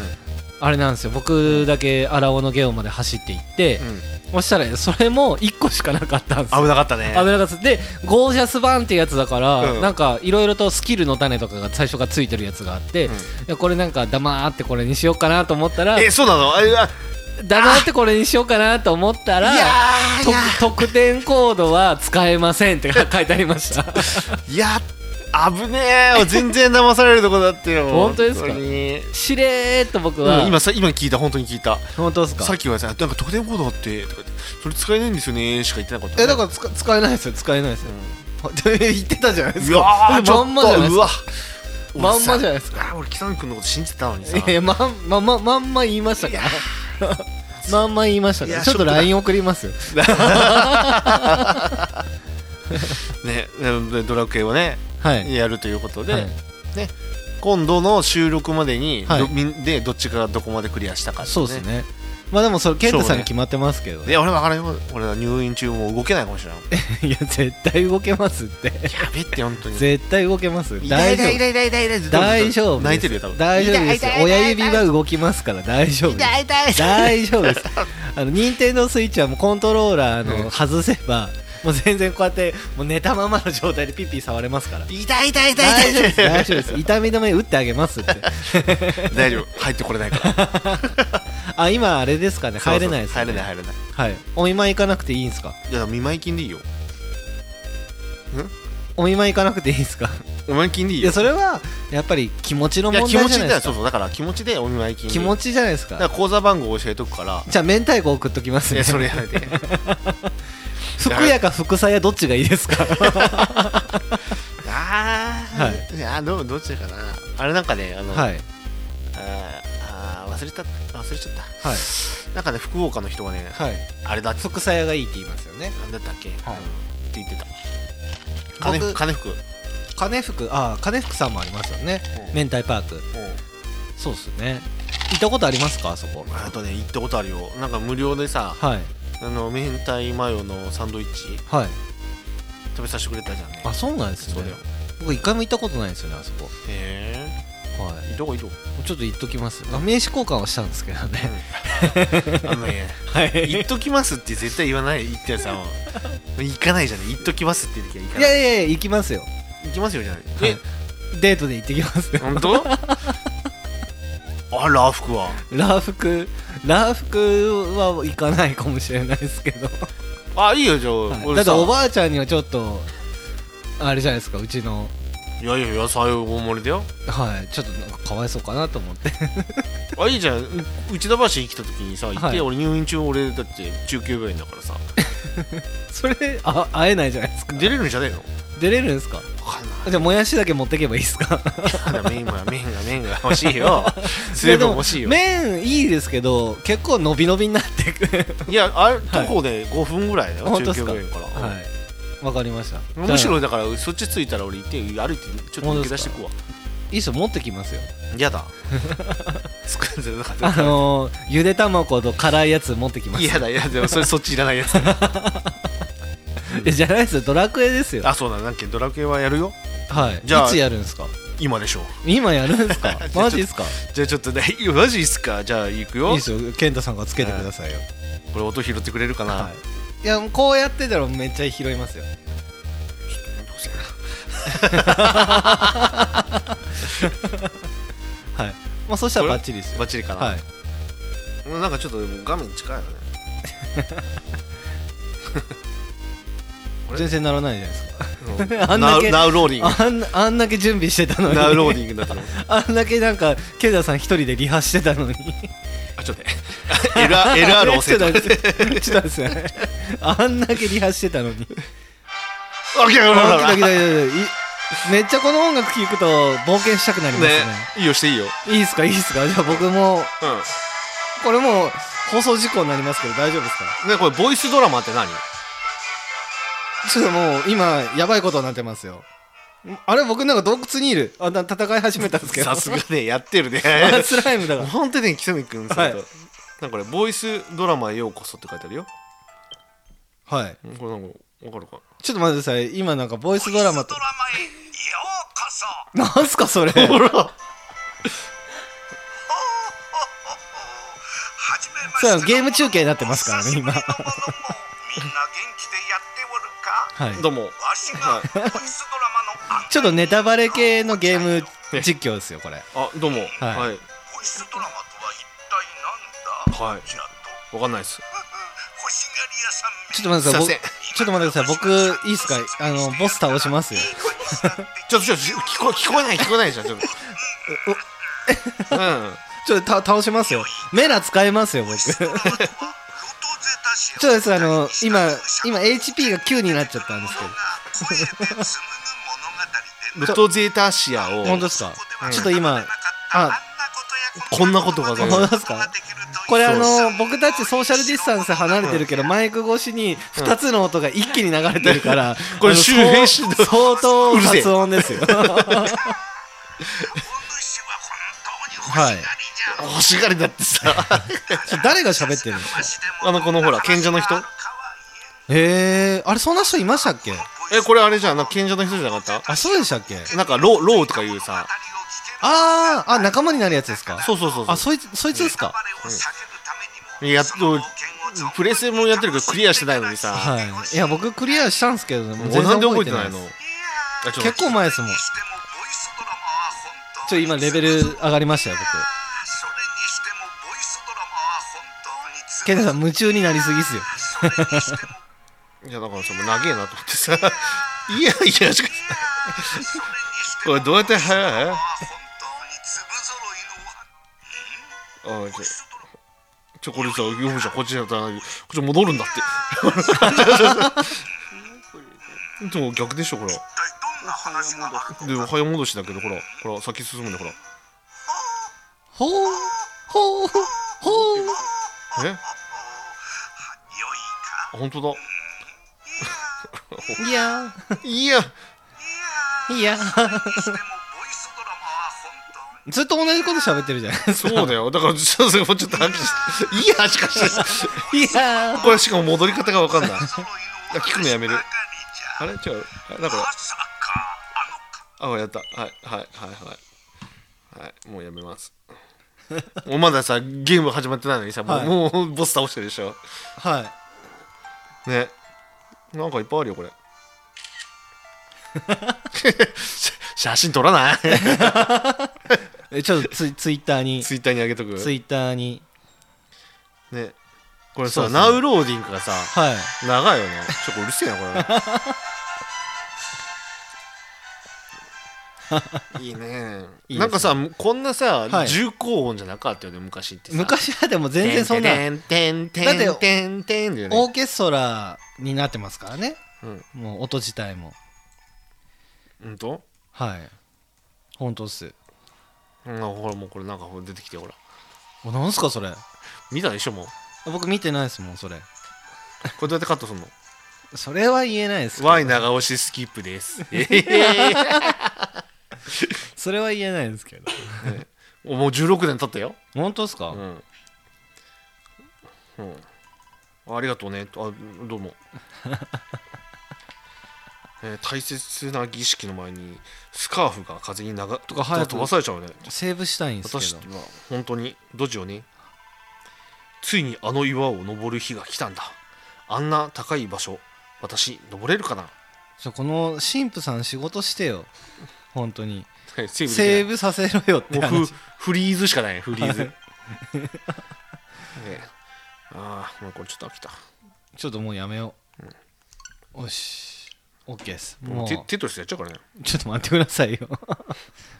あれなんですよ僕だけ荒尾のゲオまで走って行って、
うん
そしたらそれも1個しかなかったんですよ
危なかったね
危なかったでゴージャスバーンってやつだから、
うん
なんかいろいろとスキルの種とかが最初からついてるやつがあって、
うん
いやこれなんか黙ってこれにしようかなと思ったら
えそうなのあいや
黙ってこれにしようかなと思ったら
いや
と特典コードは使えませんって書いてありました
ーいや危ねえよ全然騙されるとこだってよ
本当ですか
本当に
しれーっと僕
う
は、
ん、今さ今聞いた本当に聞いた
本当ですか
さっきはさなんか特典コードあってとか言ってそれ使えないんですよねしか言ってなかった、ね、
えだから使使えないですよ使えないですよ、 言ってたじゃないです
うわ
か
ーちょ
ま
っ
んまじゃないで
と
す
う
か
わ
まんまじゃないです
か俺北野君のこと信じてたのにさ
いやいやまんまんままんま言いましたから まんま言いましたか
い
ら
や
ちょっと
ショックだ
LINE 送りますよ
ねでドラクエをね
はい
やるということで、
はい
今度の収録までに、
はい
どみんでどっちがどこまでクリアしたかってい
そうですねまあでもそれ健太さんに決まってますけど
い
ね
や俺分からんよ俺は入院中もう動けないかもしれないや
いや絶対動けますって
べって本 当に
絶対動けます
痛
大
い
丈
痛い
夫
痛い痛い痛い痛い
大丈夫
泣いてるよ多分
大丈夫ですよ親指は動きますから大丈夫です大丈夫ですあの任天堂スイッチはもうコントローラーの外せばもう全然こうやってもう寝たままの状態でピッピ触れますから
痛い痛い痛
大
い
丈夫
痛
で
い
す大丈夫です痛み止め打ってあげますって
大丈夫入ってこれないから
あ今あれですかね入れないです
そう
よ
そう入
ね
れない入れない
はいお見舞い行かなくていいんですか
いや見舞い金でいいよ
お見舞い行かなくていいんですか
お見舞い金でいい
い
よ
やそれはやっぱり気持ちの
いや
問題
気
じゃな
持ち
いで
だよ
す
そう
か
そうだから気持ちでお見舞い金で
気持ちじゃないです
だから
か
口座番号教えとくから
じゃあ明太子送っときます
い
ね
やそれやめて
福屋か福さやどっちがいいですか
ああ、、
はい
やどうどっちかなあれなんかねあの、
はい
あーあー忘れた忘れちゃった
はい
なんかね福岡の人がね
はい
あれだって
福さやがいいって言いますよね
なんだったっけ、
はい
って言ってた金
僕
服金服、うん
金福ああ金福さんもありますよね明太パークそうっすね行ったことありますかあそこ
あとね行ったことあるよなんか無料でさ
はい
あの明太マヨのサンドイッチ
はい
食べさせてくれたじゃんね
あそうなんです
そう
ね
だよ
僕一回も行ったことないんですよねあそこ
へ
は
えいいとこいいとこ
いちょっと行っときますあ名刺交換はしたんですけどね
あの ね
は
行っときますって絶対言わない言ってさ行かないじゃない行っときますって言ってきゃ行か
い
ない
やいやいや行きますよ
行きますよじゃない
はいデートで行ってきますね
え本当あら服は
ラーフクラーフクは行かないかもしれないですけど
あいいよじゃあ、
だ
俺
って
さ
おばあちゃんにはちょっとあれじゃないですかうちの
いやいや野菜大盛りだよ
はいちょっとなんかかわいそうかなと思って
あいいじゃんう内田橋に来た時にさ行って、
はい
俺入院中俺だって中級病院だからさ
それあ会えないじゃないですか
出れるんじゃねえの
出れるんですか
分かんない
じゃあもやしだけ持ってけばいいですか
ただ麺が麺が麺が欲しいよ水分欲しいよ
いやでも麺いいですけど結構伸び伸びになって くる
いやあれ徒歩で5分ぐらいだよ、
本当っす
中級
か
病院から、
はいわかりました
うんむし
じゃあ
ろだからそっち着いたら俺行って歩いてちょっと抜け出してくわ
いいっすよ持ってきます よ
嫌だ作んじゃなかっ
あ
た
のー、ゆで卵と辛いやつ持ってきます
嫌だ嫌だでもそれそっちいらないやつ
えじゃないですよドラクエですよ
あそうだなんかドラクエはやるよ
はい
じゃあ
いつやるんですか
今でしょ
今やるん ですかマジですか
じゃあちょっとねいやマジいいっすかじゃあ行く
いい
よ
ですよ健太さんがつけてくださいよ
これ音拾ってくれるかな、
はいいやこうやってたらめっちゃ拾いますよはいまあそしたらバッチリですよ
バッチリかな、
はい
うんなんかちょっと画面近いよね
全然ならないじゃないですかあ
ナ
んだけ
ウナウローリング
あんあんだけ準備してたのに
ナウローリングだったの
あんだけなんか健太さん一人でリハしてたのに
あちょっと ね LR 押
ち
せ
ょ
た
っと待ってちょっと待ってあんだけリハしてたのに
あ来た来た
あ来た来た
来た
来た来たいめっちゃこの音楽聴くと冒険したくなります
ね
ね
いいよしていいよ
いいっすかいいっすかじゃあ僕も
う
これもう放送事故になりますけど大丈夫ですか
んねこれボイスドラマって何
ちょっともう今やばいことになってますよあれ僕なんか洞窟にいるあな戦い始めたんですけど
さすがねやって るね
あスライムだから
本当にね北見君そ
は
れ
い
と、なんかこれボイスドラマへようこそって書いてあるよ
はい
これなんかわかるか
ちょっと待ってください今なんかボイスドラマとなんすかそ れ
ほら
そうゲーム中継になってますからね今
みんな元気でやっておるか
はい
どうも
わし がボイスドラマの
ちょっとネタバレ系のゲーム実況ですよこれ
あどうも
は
はいいはい、
ボイスドラマとは一体なんだひなと
わ かんないです
欲しがり屋さん
ちょっと待ってくださ
す
い
いませ
僕ちょっと待ってください僕いいですかあのボス倒しますよ
ちょっとちょっと聞こ聞こえない聞こえないじゃんちょっと うん
ちょっとた倒しますよメラ使えますよ僕ちょっと
ょっと
ですあの今今 HP が9になっちゃったんです けど
声で紡ぐ物語で
ルトゼータシアを
本当ですか
な
ちょっと今あ
こんなことが
本当ですかこれあの僕たちソーシャルディスタンス離れてるけどマイク越しに2つの音が一気に流れてるから
これ
あの
周辺し
そう相当
うるせえ
雑音ですよはい
欲しがりだって さ
それ 誰が喋ってるんですか
あのこのほら賢者の人
へえあれそんな人いましたっけ
えこれあれじゃんなんか賢者の人じゃなかっ
あそうでしたっけ
たなんかローローとかいうさ
あーあ仲間になるやつですか
そうそうそうそう
あそいつそいつですか
いやっとプレステもやってるけどクリアしてないのにさ、
はいいや僕クリアしたんですけどもう
もうなんで覚えてないの
全然
あちょっと
結構前ですもんちょ今レベル上がりましたよ僕
それにしてもボイスドラマは本当につ
ケンタさん夢中になりすぎっすよ
いやだからその長えなと思ってさいやいやしかしこれどう やって早いあちょちょこれさ読むじゃんこっちだったらこっち戻るん だってでも逆でしょほらでも早戻しだけどほらほら先進むねほら
ほうほうほう
えあ本当だ
いや
いや
いやずっと同じこと喋ってるじゃないです
そうだよだからちょっともうちょっと飽きしていやしかし
かいや
これしかも戻り方が 分かんないあ聞くのやめるあれ違うあれだからあやったはいはいはいはいはいもうやめますもうまださゲーム始まってないのにさ、もう
はい
もうボス倒してるでしょ
は
ねなんかいっぱいあるよ これ写写真撮らない
いえちょっとツイツイッターにツ
ツイッターにあげとく
イッターに
ねこれ
そうそ
さ、
う
ナウローディングがさ
はい
長いよねちょっとうるせえなこれ いいね
いいですね
なんかさこんなさ、
はい
重高音じゃなかったよね昔ってさ
昔はでも全然そんな
てんてんてんてんてんてんだよ
オ
ね
ーケストラになってますからね、
うん
もう音自体も
うんと
はい本当っす
うんほらもうこれなんかほら出てきてほら
おなんすかそれ
見たでしょもう
僕見てないですもんそれ
これどうやってカット するの
それは言えないですけど
Y 長押しスキップですえへへへ
それは言えないですけど
もう16年経ったよ
本当っすか、
うん、うん、ありがとうねあど うもえー大切な儀式の前にスカーフが風に流と
か早く
飛ばされちゃうね
セーブしたいんです
私
け
は
ど
本当にドジをねついにあの岩を登る日が来たんだあんな高い場所私登れるかな
ちょこの神父さん仕事してよ本当に
セーブできない
セーブさせろよって
もう
話
フフリーズしかないねフリーズ、
はい
ねえああもうこれちょっと飽きた
ちょっともうやめよう、よし OK です
も
も
う
う
テテトリスやっちゃうからね
ちょっと待ってください よ。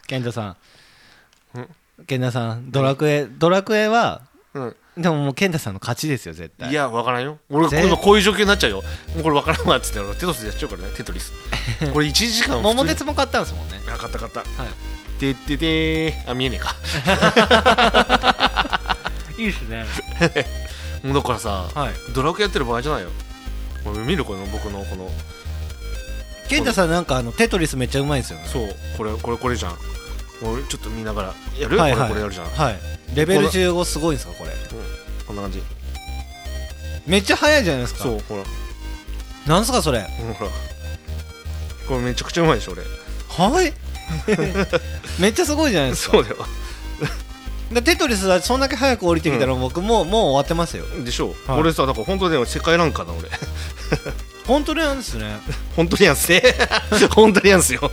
賢者さ。
うん
賢者さん、ドラクエ、ドラクエは、
うん
でももう賢者さんの勝ちですよ、絶対。
いや、わからんよ。俺、
ぜ
今こういう状況になっちゃうよ。もうこれわからんわっつって、俺テトリスやっちゃうからね、テトリ ス。これ1時間
桃
で
鉄も買ったんですもんね。
あ、買った買った。
は
でででーあ、見えねえか。
い。いいですね。
もうだからさ、
はい。
ドラクエやってる場合じゃないよ。これ見るこの僕のこの
健太さんなんかあのテトリスめっちゃうまいんですよね
そうこれこれこれじゃんもうちょっと見ながらやる、
はい
こ
は
れ
い
これやるじゃん、
はいレベル15すごいんですかこれ
こんな感じ
めっちゃ早いじゃないですか
そうほら
なんすかそれ
ほらこれめちゃくちゃうまいでしょ俺
はい めっちゃすごいじゃないですか
そうだよ
でテトリスはそんだけ早く降りてきたら僕もうもう終わってますよ
でしょう、
はい
俺さだから本当ね世界ランカーだ俺
本当になんですね
本当にやんすね 本当にやんすよ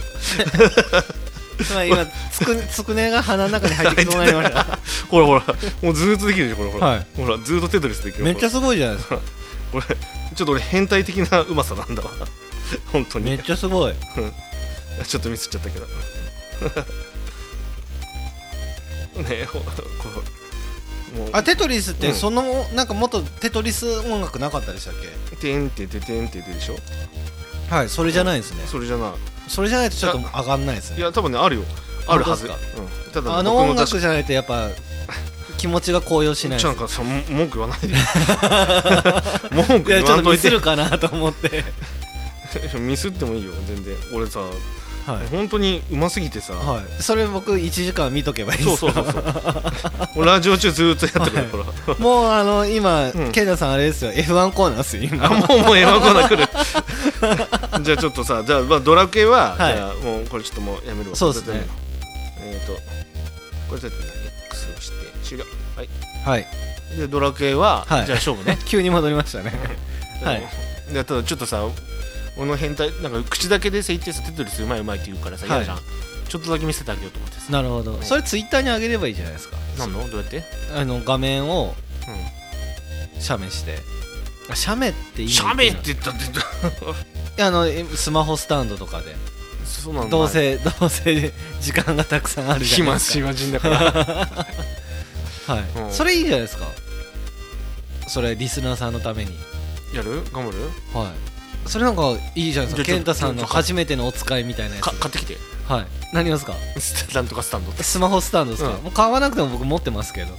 まあ今つくつくねが鼻の中に入ってきそうになりま した
ほらほらもうずーっとできるでしょこれほら、
はい
ほらずーっとテトリスできる
めっちゃす
ほ
ごいじゃないですから
これちょっと俺変態的なうまさなんだわ本当
め
に
っちゃすごい
ちょっとミスっちゃったけど ねえほらこうもう
あテトリスっ
う
て
ん
そのなんか元テトリス音楽なかったでしたっけ
てんてててんててでしょ
はいそれじゃないですね
それじゃな
それじゃないとちょっと上がんないです
いい
ね
や多分ねあるよあるはず、う
本
ん、ただ
あの音
僕
楽
確か
じゃないとやっぱ気持ちが高揚しないで
ち
す
ょなんかその文句言 わないで文句
いや
言
ちょ
わ
っと
んと
ミ
い
ス
て
るかなと思って
ミスってもいいよ全然俺さ
はい、
本当にうますぎてさ、
はい、それ僕1時間見とけばいいです
そ
か
う そうそうそう俺ラジオ中ずーっとやってる から、
もうあの今、
うん
ケンダさんあれですよ F1 コーナーですよ今
あもうもうエマコーナー来 るじゃあちょっとさじゃあ、まあ、ドラクエは、
はい
じゃあもうこれちょっともうやめるわ
そうですね
えっ、とこれちょっと X をして終了はい
はい、
でドラクエは、
はい
じゃあ勝負ね
急に戻りました ねはい
でただちょっとさ俺の変態なんか口だけでさ言ってさテトリスうまいうまいって言うからさ、
はい
嫌じゃんちょっとだけ見せてあげようと思ってさ
なるほどそれツイッターに上げればいいじゃないですか
なんのどうやって
あの画面を写メしてあ写メっていい
シャメって言ったって言った
いやあのえスマホスタンドとかで
そうなの
どうせどうせ時間がたくさんあるじゃない
暇
ですか
暇人だから
はい、
うん
それいいじゃないですかそれリスナーさんのために
やる頑張る
はいそれなんかいいじゃないですか
じゃあ
健太さん
ちょ
の
っと
初めてのお使いみたいなやつ
か買ってきて
はい何ですか
スタなんとかスタンドって
スマホスタンドですか、
うん
もう買わなくても僕持ってますけど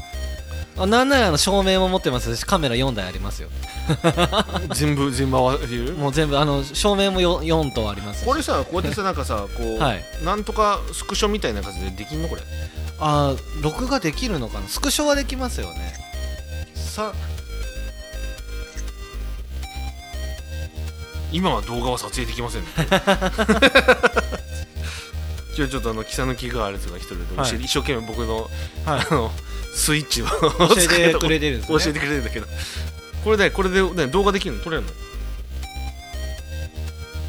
あなんならあの照明も持ってますしカメラ4台ありますよ
全部全部合わせる
もう全部あの照明も 4, 4棟ありますし
これさこうやってさなんかさこう、
はい
なんとかスクショみたいな感じでできんのこれ
あー録画できるのかなスクショはできますよねさ
今は動画は撮影できま せんね今日ちょっとあの木佐木があるとか一人で、
はい
教えて一生懸命僕の,、
はい
あのスイッチ を
教えてくれてるんです
教
ね
えてくれるんだけどこれでこれで、ね、動画できるの撮れるの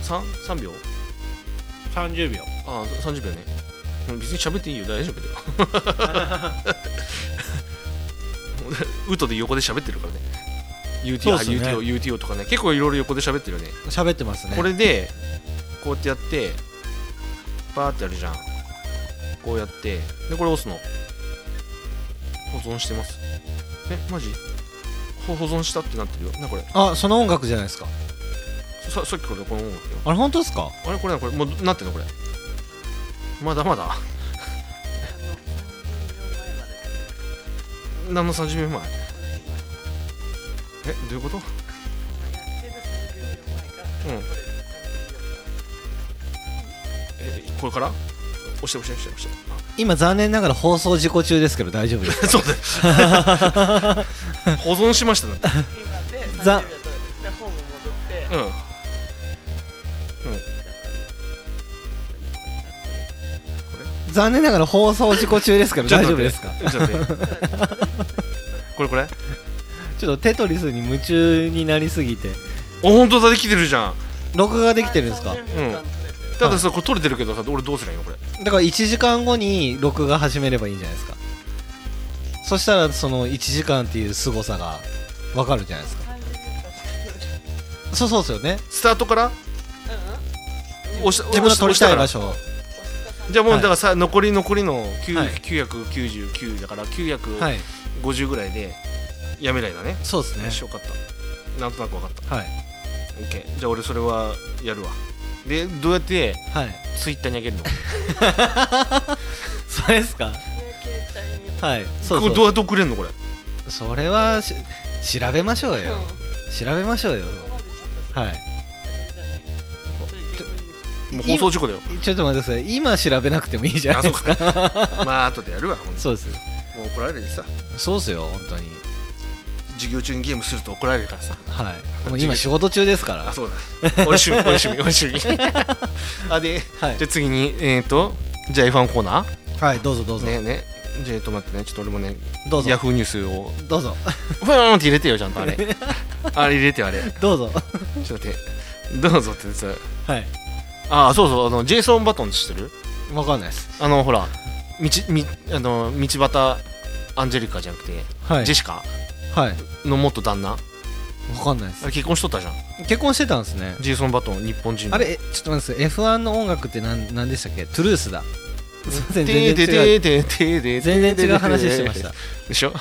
3? 3秒
30秒
ああ30秒ねうん別に喋っていいよ大丈夫だよ ウトで横で喋ってるからね UTO,
そう
あ
っすね
UTO, UTO とかね結構いろいろ横で喋ってるよね
喋ってますね
これでこうやってやってバーってやるじゃんこうやってでこれ押すの保存してますえマジほ保存したってなってるよなこれ
あその音楽じゃないですか
ささっきこれこの音楽よ
あれ本当ですか
あれこれこれもうなってんのこれまだまだ 何の30秒前えどういうことうんえこれから押して押して押して押して
今残念ながら放送事故中ですけど大丈夫です
そうです。 保存しましただって。
ざ
うん。うん。
残念ながら放送事故中ですけど
ちょっ
大
と
丈
待
夫
って
ですか
ちょっと待って。これこれ。あ
ちょっとテトリスに夢中になりすぎて
本当だできてるじゃん。
録画できてるんですか
うん。たださこれ取れてるけどさ俺どうすりゃいいのこれ。
だから1時間後に録画始めればいいんじゃないですかそしたらその1時間っていう凄さがわかるじゃないですかそうそうですよね
スタートから。押し
自分の撮りたい場。所
押し押したからじゃあもう
はい
だからさ残り残りの
はい
999だから
は
950
い
ぐらいでやめないだね。
そうです
よ
ね
しよかった。なんとなくわかった。
はい
オッケー。じゃあ俺それはやるわ。でどうやって
はい
ツイッターにあげる の
それですかはいそう
これどう
そう
やって送れんのこれ
それはし調べましょうよ調べましょうよはい
もう放送事故だよ
ちょっと待ってください今調べなくてもいいじゃ
あ
ない
そ
で
う
すか
かまあ後でやるわほんと
そうです
もう怒られるしさ
そうですよ本当に
授業中にゲームすると怒られるからさ
はいもう今仕事中ですから
あそうだ俺趣味俺趣味俺趣味 あで、
はい
じゃあ次にえっ、ー、とじゃあ F1 コーナー
はいどうぞどうぞ、
ねねじゃあえっと待ってねちょっと俺もね
どうぞ
ヤフーニュースを
どうぞ
ふわーんって入れてよちゃんとあれあれ入れてよあれちょっ
どうぞ
と待ってどうぞってさ
はい
ああそうそうあのジェイソン・バトン知ってる
わかんないです
あのほら道みあの道端アンジェリカじゃなくて、
はい
ジェシカ
はい
の元旦那
わかんないで
あれ
す
結婚しとったじゃん
結婚してたんですね
ジェイソン・バトン日本人の
あれえちょっと待ってください F1 の音楽ってなんなんでしたっけトゥルースだすいません
てー
全
てー
然違
て
う
ーてーてーてー
全然違う話してました
でしょ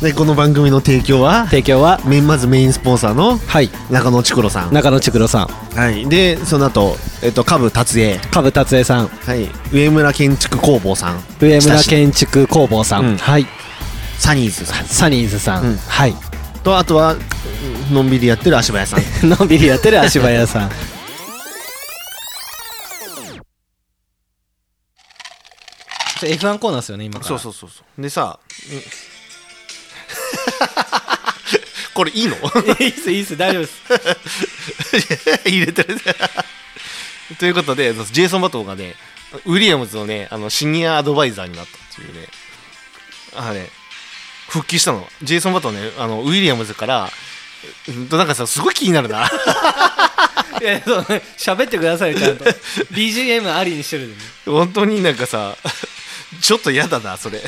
で、この番組の提供は、
提供は
メインまずメインスポンサーの
はい
中野千黒さん。
中野ちくろさん
はい。で、その後、えっと、下部達也。
株達也さん
はい。上村建築工房さん。
上村建築工房さん、
うん
はい
サニーズさ
サニーズさん、
うん
はい
ん。と、あとは、のんびりやってる足早さん。
のんびりやってる足早さんちょ F1 コーナーですよね今から
そうそうそうそうでさうん これいいの
いいっすいいっす大丈夫です
入れてる ということでジェイソン・バトンがねウィリアムズのねあのシニアアドバイザーになったっていうねあれ復帰したのジェイソン・バトンねあのウィリアムズからうんとなんかさすごい気になるな
いやそうね喋ってくださいよちゃんと BGM ありにしてるんでね
本当になんかさちょっと嫌だなそれ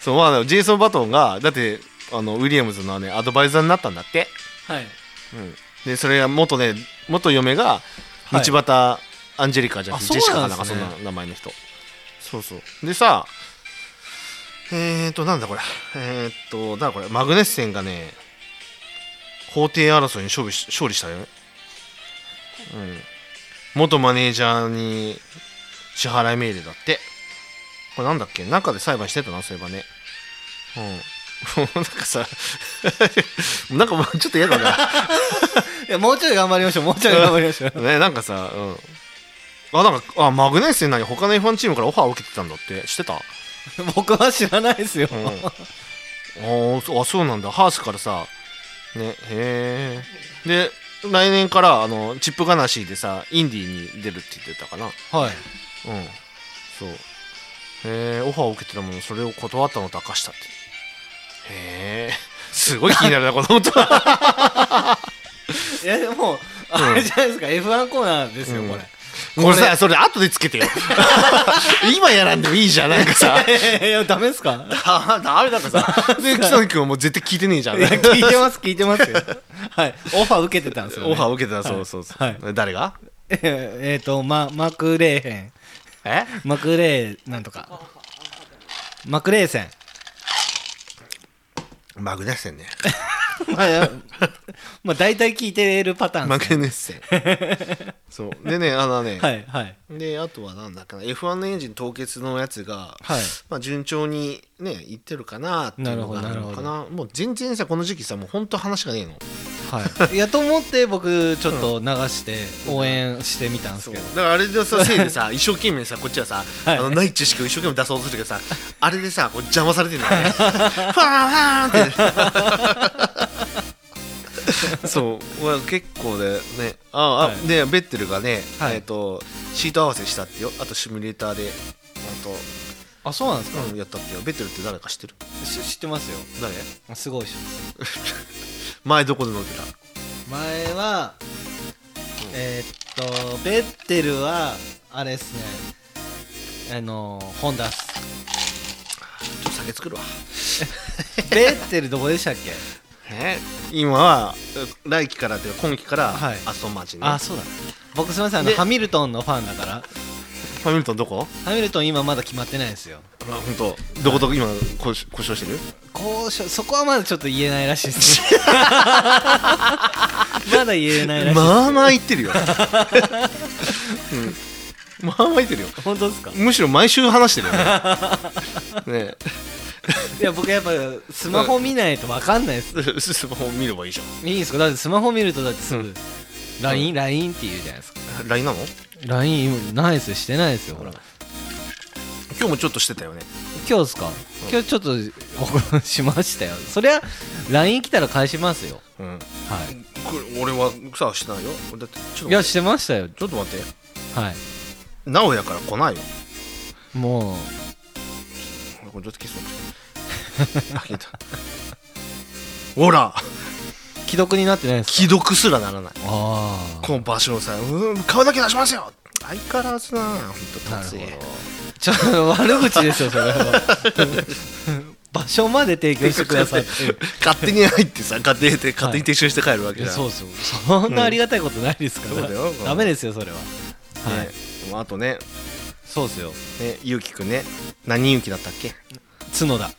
そうまあジェイソン・バトンがだってあのウィリアムズのねアドバイザーになったんだって
はい
でそれが元ね元嫁が道
はい
端アンジェリカじゃなくて、
あ
ジェシ
そう
カ
な
か
ん
な
で
んか
す
そん
ね
な名前の人そうそうでさえーとなんだこれえーとなんだこれマグネッセンがね法廷争いに勝利し勝利したよねうん元マネージャーに支払い命令だってこれなんだっけなんかで裁判してたなそういえばねうんもうなん かさなんかもうちょっと嫌だない
やもうちょい頑張りましょうもうちょい頑張りましょ う
ねなんかさ、うん、あなんかあマグネッセン何他の F1 チームからオファーを受けてたんだって知ってた、
僕は知らないですよ、
うん、あーそうあそうなんだハースからさねへえで来年からあのチップガナシーでさインディーに出るって言ってたかなうん
はい
そうへえオファーを受けてたものそれを断ったのと明かしたってへえすごい気にな るなこの音は
いやでもあれじゃないですか、F1 コーナーですよ、
うん
これ
これさそれ後でつけ てよ今やらんでもいいじゃんなんか さ
いやいやダメですか
ああれなんかさ、 で、北野君はもう絶対聞いてねえじゃん。
い や聞いてます聞いてますよはいオファー受けてたんですよ、ね、
オファー
ー
受けてた、そうそうそう。
はい
誰が
えっ、ー、と、ま、マクレーヘン
え
マクレーなんとかマクレーセン
マグネッセ ンね。
まあいや まあ大体聞いてるパターン
マ
ですね
グネッ セン。そう。でね、あのね、
はいはい
で、あとはなんだっけな、F1 のエンジン凍結のやつが、
はい
まあ順調にね、いってるかなっていうのがある
な
のか
るほどな
な。もう全然さ、この時期さ、もう本当話がねえの。
はい、いやと思って僕ちょっと流して応援してみたんです
そう
け
だ
ど、
からあれでさ、せいで さ、一生懸命さ、こっちはさ、あのない知識を一生懸命出そうとする けどさ、あれでさ、こう邪魔されてるん だよね。ファーンファーン って。そう、まあ、結構でね、ああ、
はい
で、ベッテルがね、
はい
えっ、と、シート合わせしたってよ、あとシミュレーターで、あ
あそうなんですか、
と、うん、やったってよ、ベッテルって誰か知ってる
し知ってますよ
誰
あすごいっしょ
前どこで飲んでた
前はえーっとベッテルはあれっすねあのホンダっ す
ちょっと酒作るわ。
ベッテルどこでしたっけ
え今は、う来期からというか、今期から
はい、
アストンマーチンね、
あそうだ僕すみませんあの
で
ハミルトンのファンだから
ファミリトンどこ
ハミルトン今まだ決まってないんですよ
あ本当どこと今故障故障してる
交渉そこはまだちょっと言えないらしいです まだ言えないらしい
まあまあ言ってるよ、うん、まあまあ言ってるよ
本当ですか
むしろ毎週話してるよ ねね
いや僕やっぱスマホ見ないとわかんないです
えスマホ見ればいいじゃん
いいんですかだってスマホ見るとだってすぐ LINE?LINE って言うじゃないですか
LINE なの
LINE ないですよしてないですよほら
今日もちょっとしてたよね
今日ですか今日ちょっと僕しましたよそりゃ LINE 来たら返しますよ
うんこ
はい
れ俺はさしてないよだってち
い
ょっと待って
やしてましたよ
ちょっと待って
は
なおやから来ないよ
いもう
俺これどうやって消すのあ消えたほら
既読になってないです
既読すらならない
あ
この場所のさうん顔だけ出しますよ相変わらずな本当達
なる
也
あちょっと悪口ですよそれは場所まで提供してください
勝手に入ってさ勝手に入って勝手に撤収して帰るわけ
い
じ
や
ゃん、
そうそうそんなありがたいことないですから、
そうだよ
ダメですよそれははい、
ねでもあとね
そうですよ
ねゆうきくんね何ゆうきだったっけ
角田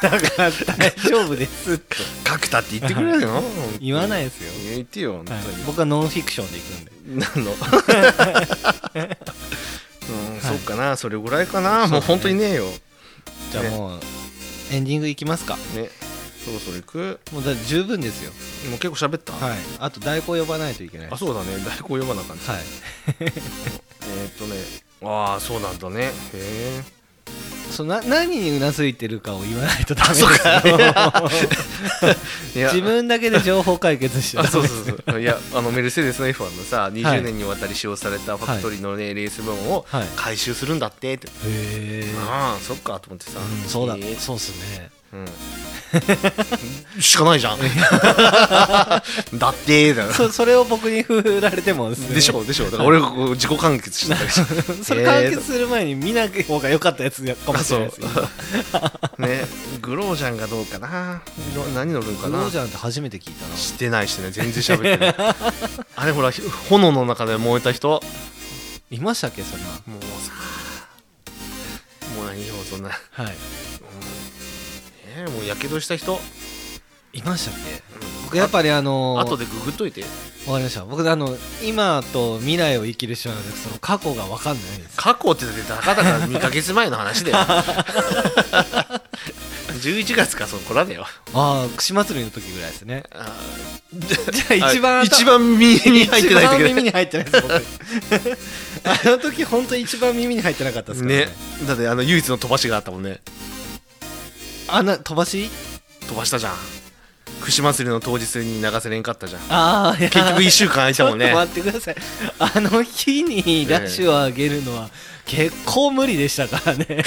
だから大丈夫ですって
角田って言ってくれる の
言わないいですよ、
言ってよ本当
はい
に、
僕はノンフィクションで行くんで
何のうん、そうかなそれぐらいか
そうだ
な、
ね
もう本当にねえよ
じゃあ
ね
もうエンディングいきますか
ねそろそろ行く
もうだ十分ですよ
もう結構喋った、
はいあと代行呼ばないといけない
あ
はい
そうだね大根読まなあかんねえーっとねああそうなんだねへえ
そのな何にうなずいてるかを言わないとダメですよ
いや
自分だけで情報解決して
あそうそ うそういやあのメルセデスの F1 のさ
はい
20年にわたり使用されたファクトリーの、ねレース部門を
はい
回収するんだってって、
へえ
ああそっかと思ってさ、
うんそうだ
へえ
そうっすね
うんしかないじ ゃんだってーだよ
そそれを僕に振られても
でしょでしょだから俺がこう自己完結して たりして
それ完結する前に見なきゃ方が良かったやつやかも
あ
しれ
そう
ないですよ
ねグロージャンがどうかなど何乗るんか
グ
な
ロージャンって初めて聞いたな
してないしてない全然喋ってないあれほら炎の中で燃えた人
いましたっけそんな
もうさもう何よそんな
はい
えー、もうやけどした人、
いましたっけ僕やっぱりあのー
後でググっといて
わかりました僕あの今と未来を生きる人なんでその過去が分かんないです
過去ってだってたかだか2ヶ月前の話だよ 11月かそこらねよ
ああ串祭りの時ぐらいですね
あ
じゃあ一番
あ一番耳に入ってな
一番
い時だ
耳に入ってないです僕 あの時本当一番耳に入ってなかったですからね
ねだってあの唯一の飛ばしがあったもんね
あんな飛ばし
飛ばしたじゃん串祭りの当日に流せれんかったじゃん
ああいや
結局1週間空 い
ち
た
ょっ
も
と
んね
待ってくださいあの日にラッシュを上げるのは 結構無理でしたから ね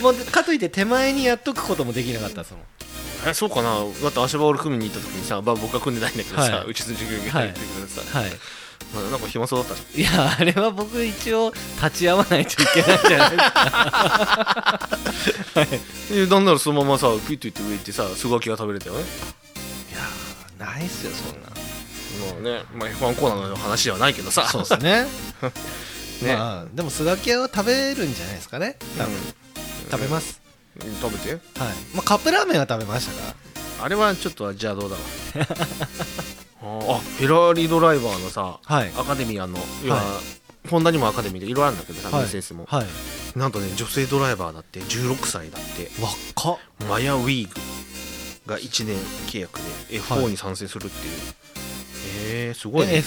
もうかといって手前にやっとくこともできなかったですもん
えそうかなだって足場俺組みに行った時にさ、まあ、僕は組んでないんだけどさ、
はいう
ちの授業に入ってくれてさ、
はい
まあなんか暇そうだったじ
いやあれは僕一応立ち会わないといけないじゃないですか
ゃんえなんならそのままさピュッと行って上行ってさすごきが食べれたよね
ないっすよそんな
まあね、まあ、F1 コーナーの話ではないけどさ
そう ですね
ね
まあでもスガキ屋は食べるんじゃないですかね多分、食べます
うん食べて
はい、まあ、カップラーメンは食べましたから
あれはちょっと邪道だわあ ーあフェラーリドライバーのさ
はい
アカデミーあの今、ホンダにもアカデミーでいろいろあるんだけどさ、
はい
メルセデスも、
はい
なんとね女性ドライバーだって16歳だって
若っ
マヤウィーグが1年契約で
は
F4
い
に参戦するっていう、えー、すごいね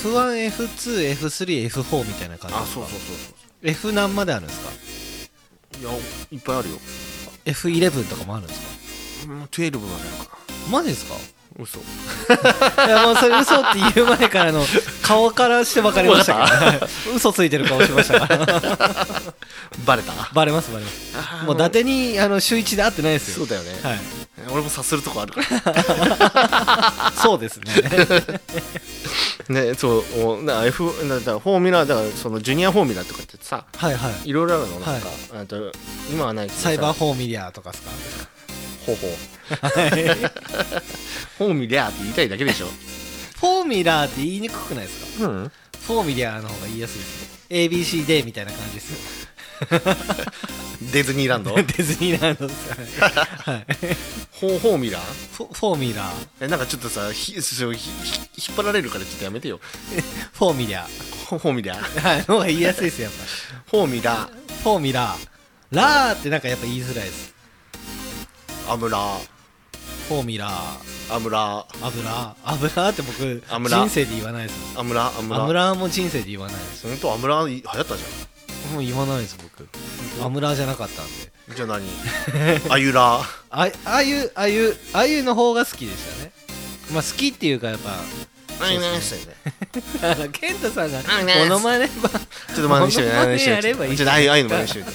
F1F2F3F4 みたいな感じ
あ
です
そう
か
そうそう
F 何まであるんですか
そういやいっぱいあるよ
F11 とかもあるんですか
うん12まであるか
マジですか
な嘘
いやもうそれ嘘って言う前からの顔からして分かりましたけど嘘ついてる顔しましたから
バレた
バレますバレますもう伊達にあの週一で会ってないです
そ
よ
うだよね、
はい
俺も察するとこあるから
そうです ね
ねそうおな F なだからフォーミュラーだからそのジュニアフォーミュラーとかってさ
はいはい
いろいろあるのなんか、
はい
あと今はないけどさ
サイバーフォーミリアとかですか
ほうほうフォーミュラーって言いたいだけでしょ
フォーミラーって言いにくくないですか
うん
フォーミリアの方が言いやすいですね ABCD みたいな感じですよ
ディズニーランド
デ
フ
ィズニーランドですからねはい
ォーフォーミュラー
フォフォーミラー
えなんかちょっとさひそうひひ引っ張られるからちょっとやめてよ
フォーミラ
フォーミ ュラー
ーはいの方が言いやすいですよやっ
フォーミュラー
ぱフォーミラーラーってなんかやっぱ言いづらいです
アムラー
フォーミラー
アムラ
油油って僕
油
人生で言わないですも
アムラアム
ん
ラ
油も人生で言わないです
本当アムラ流行ったじ
もう言わないです僕油じゃなかったんで
ゃんじゃあ何 アユラ
ああゆあゆあゆの方が好きでしたねまあ好きっていうかやっぱ
何々してね
あの 健太さんが
んね
モノマネば
ちょっと真似してみて
モノマネ
真似してみ
やればいい
てちょっとあゆあゆの真似して みて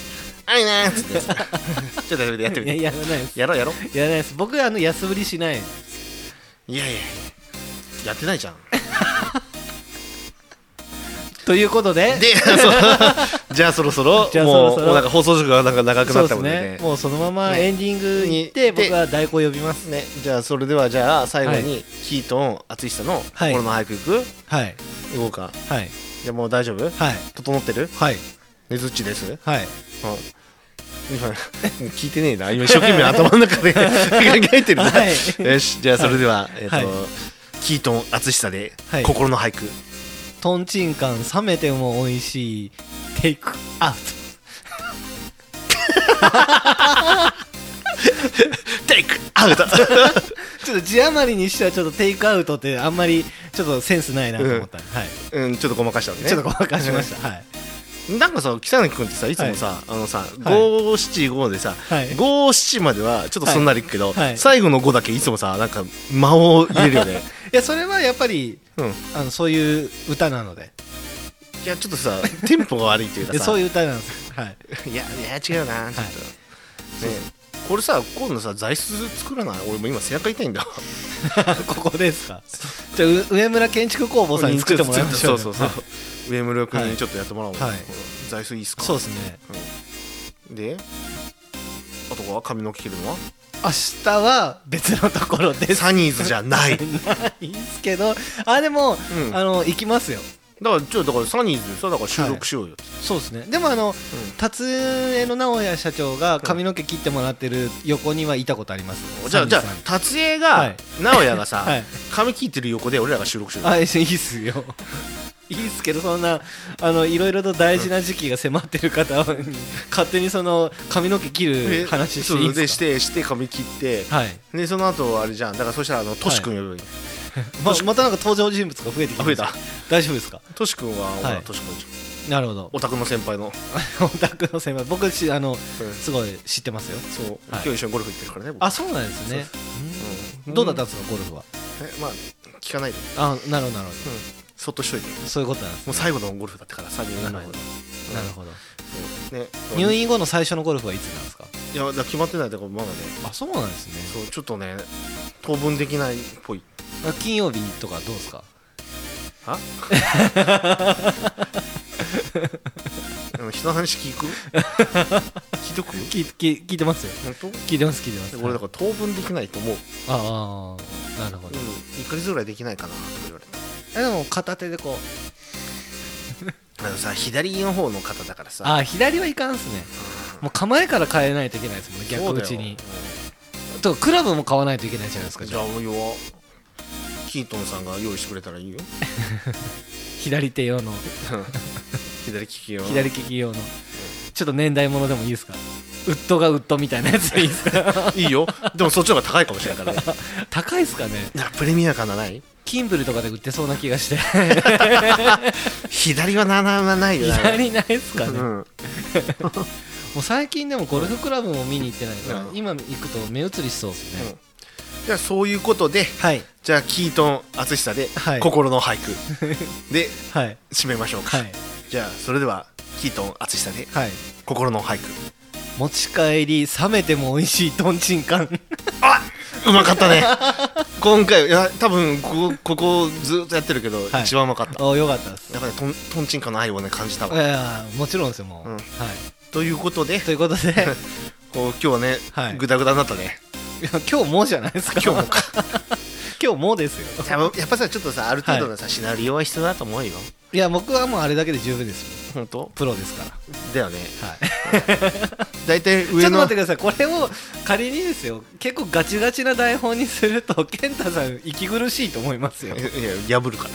あゆねーっつってちょっとやってみてやってみ
いやや
て
らないです
やろうやろう
やらないです僕あの安売りしない
いやいややってないじゃん
ということで
でそうじゃあそろそろ
じゃあ
もう
そろそろ
もうなんか放送時間がなんか長く
そ
な
うで
っ
す
たもんでね
ねもうそのままエンディングに行って
ね
僕は代行呼びます
ね、 じゃあそれではじゃあ最後にキートン淳久の「
はい
心の俳句」いく
はい
いこうか
はい
じゃあもう大丈夫
はい
整ってる
はい
ねずっちです
はい
うん 今聞いてねえな今一生懸命頭の中で考えてるな、
はい
よしじゃあそれでは、えっ、と、
はい
キートン淳久で
はい
心の俳句、
とんちんかん冷めても美味しいテイクアウト
テイク アウト
ちょっと字余りにしてはちょっとテイクアウトってあんまりちょっとセンスないなと思った、はい
うんちょっとごまかしたわけね
ちょっとごまかしました、はい
なんかさ北貫君ってさいつもさ、あのさ
はい
五七五でさ
はい
五七、まではちょっとすんなりいくけど、
はいはい
最後の五だけいつもさなんか間を入れる よね
いやそれはやっぱり
うん
あのそういう歌なので
いやちょっとさテンポが悪いっていうか
で
さ
そういう歌なんですはい
いやいや違うなちょっと、
はい
ねこれさ今度さ座椅子作らない俺も今背中痛いん だ
ここですかじゃあう上村建築工房さんに作ってもらいましょう、ね、
そうそうそう上村君
は
に
い
ちょっとやってもらおう、
はい
座椅子いいっすか
そうですね
であとは髪の毛切るのは
明日は別のところです
サニーズじ ゃないだか
いいんすけどあでも、
ん
あの行きますよ
らちょっとだからサニーズでさだから収録しようよ、
そうですねでもあの、達江の直哉社長が髪の毛切ってもらってる横にはいたことあります、
じゃあじゃあ
サニーさん
達也が、
はい
直哉がさ、
はい
髪切ってる横で俺らが収録しようよ
あいいっすよいいっすけどそんなあのいろいろと大事な時期が迫ってる方に勝手にその髪の毛切
で
る話してい
そ
いうで
ですし
か
てして髪切って
はい、
でその後あれじゃんだからそしたらあのトシ君呼べばいい
ままたなんか登場人物が増えてきました
あ増
大丈夫ですか
トシ君はほ
は
ら
い
トシ君じゃん
なるほど
オタクの先輩の
オタクの先輩僕しあのすごい知ってますよ
そう、
はい
今日一緒にゴルフ行ってるからね僕
あそうなんですね
うん
どうだったんですかゴルフは
えまあ聞かないで
あなるほどなるほ
そっとしといても
どそういうことなんです
う最後のゴルフだったからさ入
な
院
るほ
の
どなるほど
ね
入院後の最初のゴルフはいつなんですか
いやだから決まってないだからまだね
あそうなんですね
そうちょっとね当分できないっぽい
あ金曜日とかどうですか
はあの人の話 聞く聞いとく
聞聞聞いてますよ
本
聞いてます聞いてます
当俺だから当分できないと思う、
ああなるほ
うん、
ど
1ヶ月ぐらいできないかなとか言われて
えでも片手でこう
あのさ左の方の方だからさ
あー左はいかんっすねもう構えから変えないといけないですもんね
そう
逆
だ
打
よ
ちに
うん
とクラブも買わないといけないじゃないですかじ
じ
ゃ
ゃ
あ
あ俺はキートンさんが用意してくれたらいいよ
左手用の
左利き用
左利き用のちょっと年代物でもいいですかウッドがウッドみたいなやつでいいですか
いいよでもそっちの方が高いかもしれないからね
高いですかね
なプレミア感がない
キンブルとかで売ってそうな気がして
左はなななないよな
左ないですかね、も
うん
う最近でもゴルフクラブも見に行ってないから、
うん
今行くと目移りしそうですね、
うんじゃあそういうことで
はい
じゃあキートン淳久で
はい
心 の俳句で
はい
締めましょうか、
はい
じゃあそれではキートン淳久で
はい
心の俳句
持ち帰り冷めても美味しいとんちん かん
うまかった ね今回いや多分ここここずっとやってるけど、
はい
一番うまかった
およかったです
やっぱりとんとんちんかの愛をね感じた
い
わ
やもちろんですよもう、
うん
はい
ということで
ということ でいや
こう今日はね、
はい
グダグダになったね
今日もうじゃないですか今日もか 今日もうですよ
やっぱやっぱさちょっとさある程度のさ、シナリオは必要だと思うよ
いや僕はもうあれだけで十分です
本当
プロですから
だよね
はい
大体
ちょ
上
っと待
の
ってくださいこれを仮にですよ結構ガチガチな台本にすると健太さん息苦しいと思います よ
いや破るか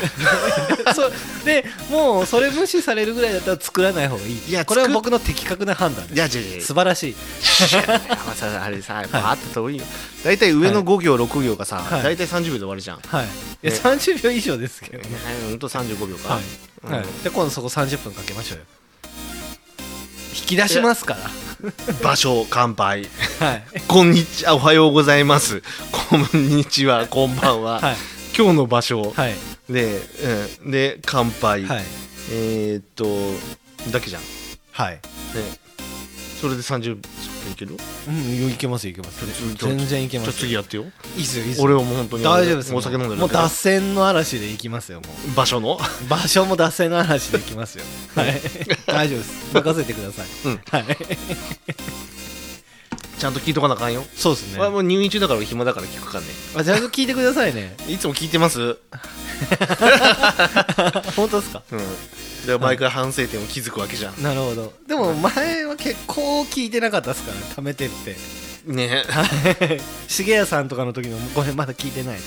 ら
そうでもうそれ無視されるぐらいだったら作らない方がいい
いや
これは
作っ
僕の的確な判断
い
で
や違う違う違う
す素晴らしい
あさあれさやっぱあった方がいいよ大体上の5行6行がさ
はい
大体30秒で終わるじゃん
はいいや
ね
30秒以上ですけどね
ほんと35秒か
はい、
うん
はい、じゃあ今度そこ30分かけましょうよ引き出しますから
場所乾杯
はい
こんにちはおはようございますこんにちはこんばんは
はい
今日の場所
はい
でうんで乾杯
はい
えーっとだけじゃんね
はい
それで30分いける
うんいけますいけます全然いけま
じゃあ
す
次やってよ
いいっすよいいっすよ
俺はもう本当に
大丈夫です
お酒飲んでる
もう
だ
脱
け
線の嵐でいきますよもう
ど場所 の
場所も脱線の話できますよ。はい。大丈夫 です。任せてください。
うん
はい。
ちゃんと聞いとかなあかんよ
そうですね
俺は。もう入院中だから暇だから聞くかね
あ、じゃあ聞いてください ね。
いつも聞いてます
本当ですか。
うん、で毎回反省点を気づくわけじゃん、
なるほど。でも前は結構聞いてなかったですからね。貯めてって。
ね
はい。 しげやさんとかの時のごめんまだ聞いてない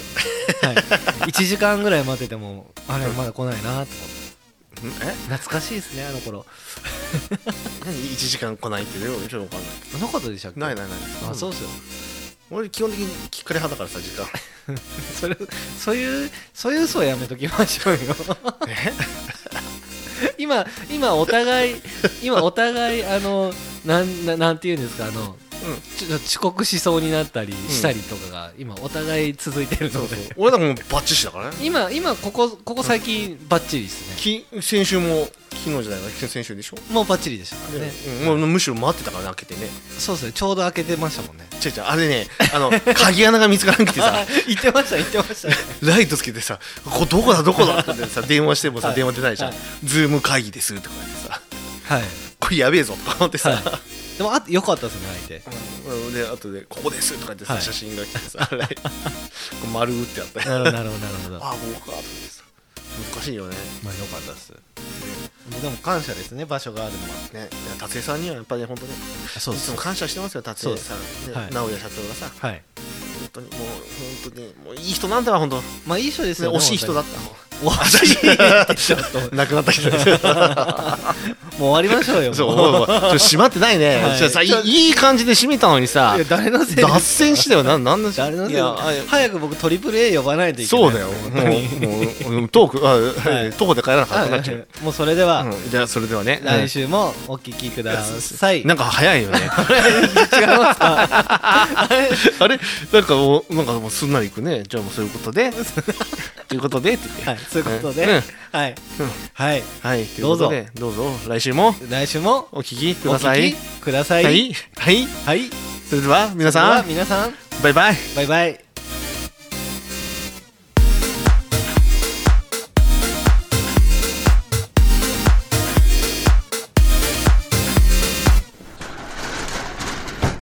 とか。はい。一時間ぐらい待っててもあれまだ来ないなと思って。懐かしいですねあの頃。
何1時間来ないってね俺ちょっと分かん
あのことでしたっけ。
ないないないない
あ、そううですよ。
俺基本的にきっかり派だからさ時間
それそういうそういう嘘はやめときましょうよ 今今お互い今お互いあのなんななんて言うんですかあの、ちょっと遅刻しそうになったりしたりとかが、今お互い続いてるので
俺だからもうバッチシだからね
今今ここここ最近バッチリですね、
き先週も昨日じゃないわ先週でしょ
もうバッチリでしたからね
ね、うん、もうむしろ待ってたからね開けてね
そうですねちょうど開けてましたもんね
違う違うあれねあの 鍵穴が見つからなくてさ
言ってました言ってましたね
ライトつけてさ「ここどこだどこだ」っ てさ電話してもさ
はい
電話出ないじゃん
はい
「ズーム会議です」とか言ってさ
はい
これやべえぞと思ってさ、
はでもあよかったですね相手
うんであとで「ここです」とか言ってさ、
はい
写真が来てさ「 ライトこう丸打ってあったよ
なるほどなるほどなるほど
ああここかと思ってさ難しいよね
まあ良かったです。でも感謝ですね、場所があるのは。
ね達江さんにはやっぱりね本当ね
そ
いつも感謝してますよ達江さん、ね
はい
直哉社長がさ
はい。
本当にもう本当にもういい人なんだわ本当、ね、
まあいい人ですよ、ね。
惜しい人だ
っ
ったも
た。惜しいちょっと。も
ん亡くなった人です
う終わりましょうよ。
そう
もう
おいおいち ょっと閉まってないね、
はい
ちょっとさいいいい感じで閉めたのにさ
いや誰のせいで
脱線してよなんなんの
誰の
い
せいで
やあいや
早く僕トリプル A 呼ばないといけない。
そうだよも
本当に
うもうトークあ、
はい
徒歩で帰らなか
は
ったくなっちゃう、
いもうそれでは、
うん、じゃあそれではね
来週もお聞きください。
なんか早 いよね
違いますか
あれなんかもうなんかもうすんなりいくねじゃあもうそういうこと でということでって言って
はい、そういうことで、
うん
はい、
うん
はい、
はいということでどうぞ来週も
来週も
お聞きく
お
ださ
聞
い
きください。
はい、はい、
はい、
それでは皆
では
さん
皆さん、
バイバイ
バイバイ。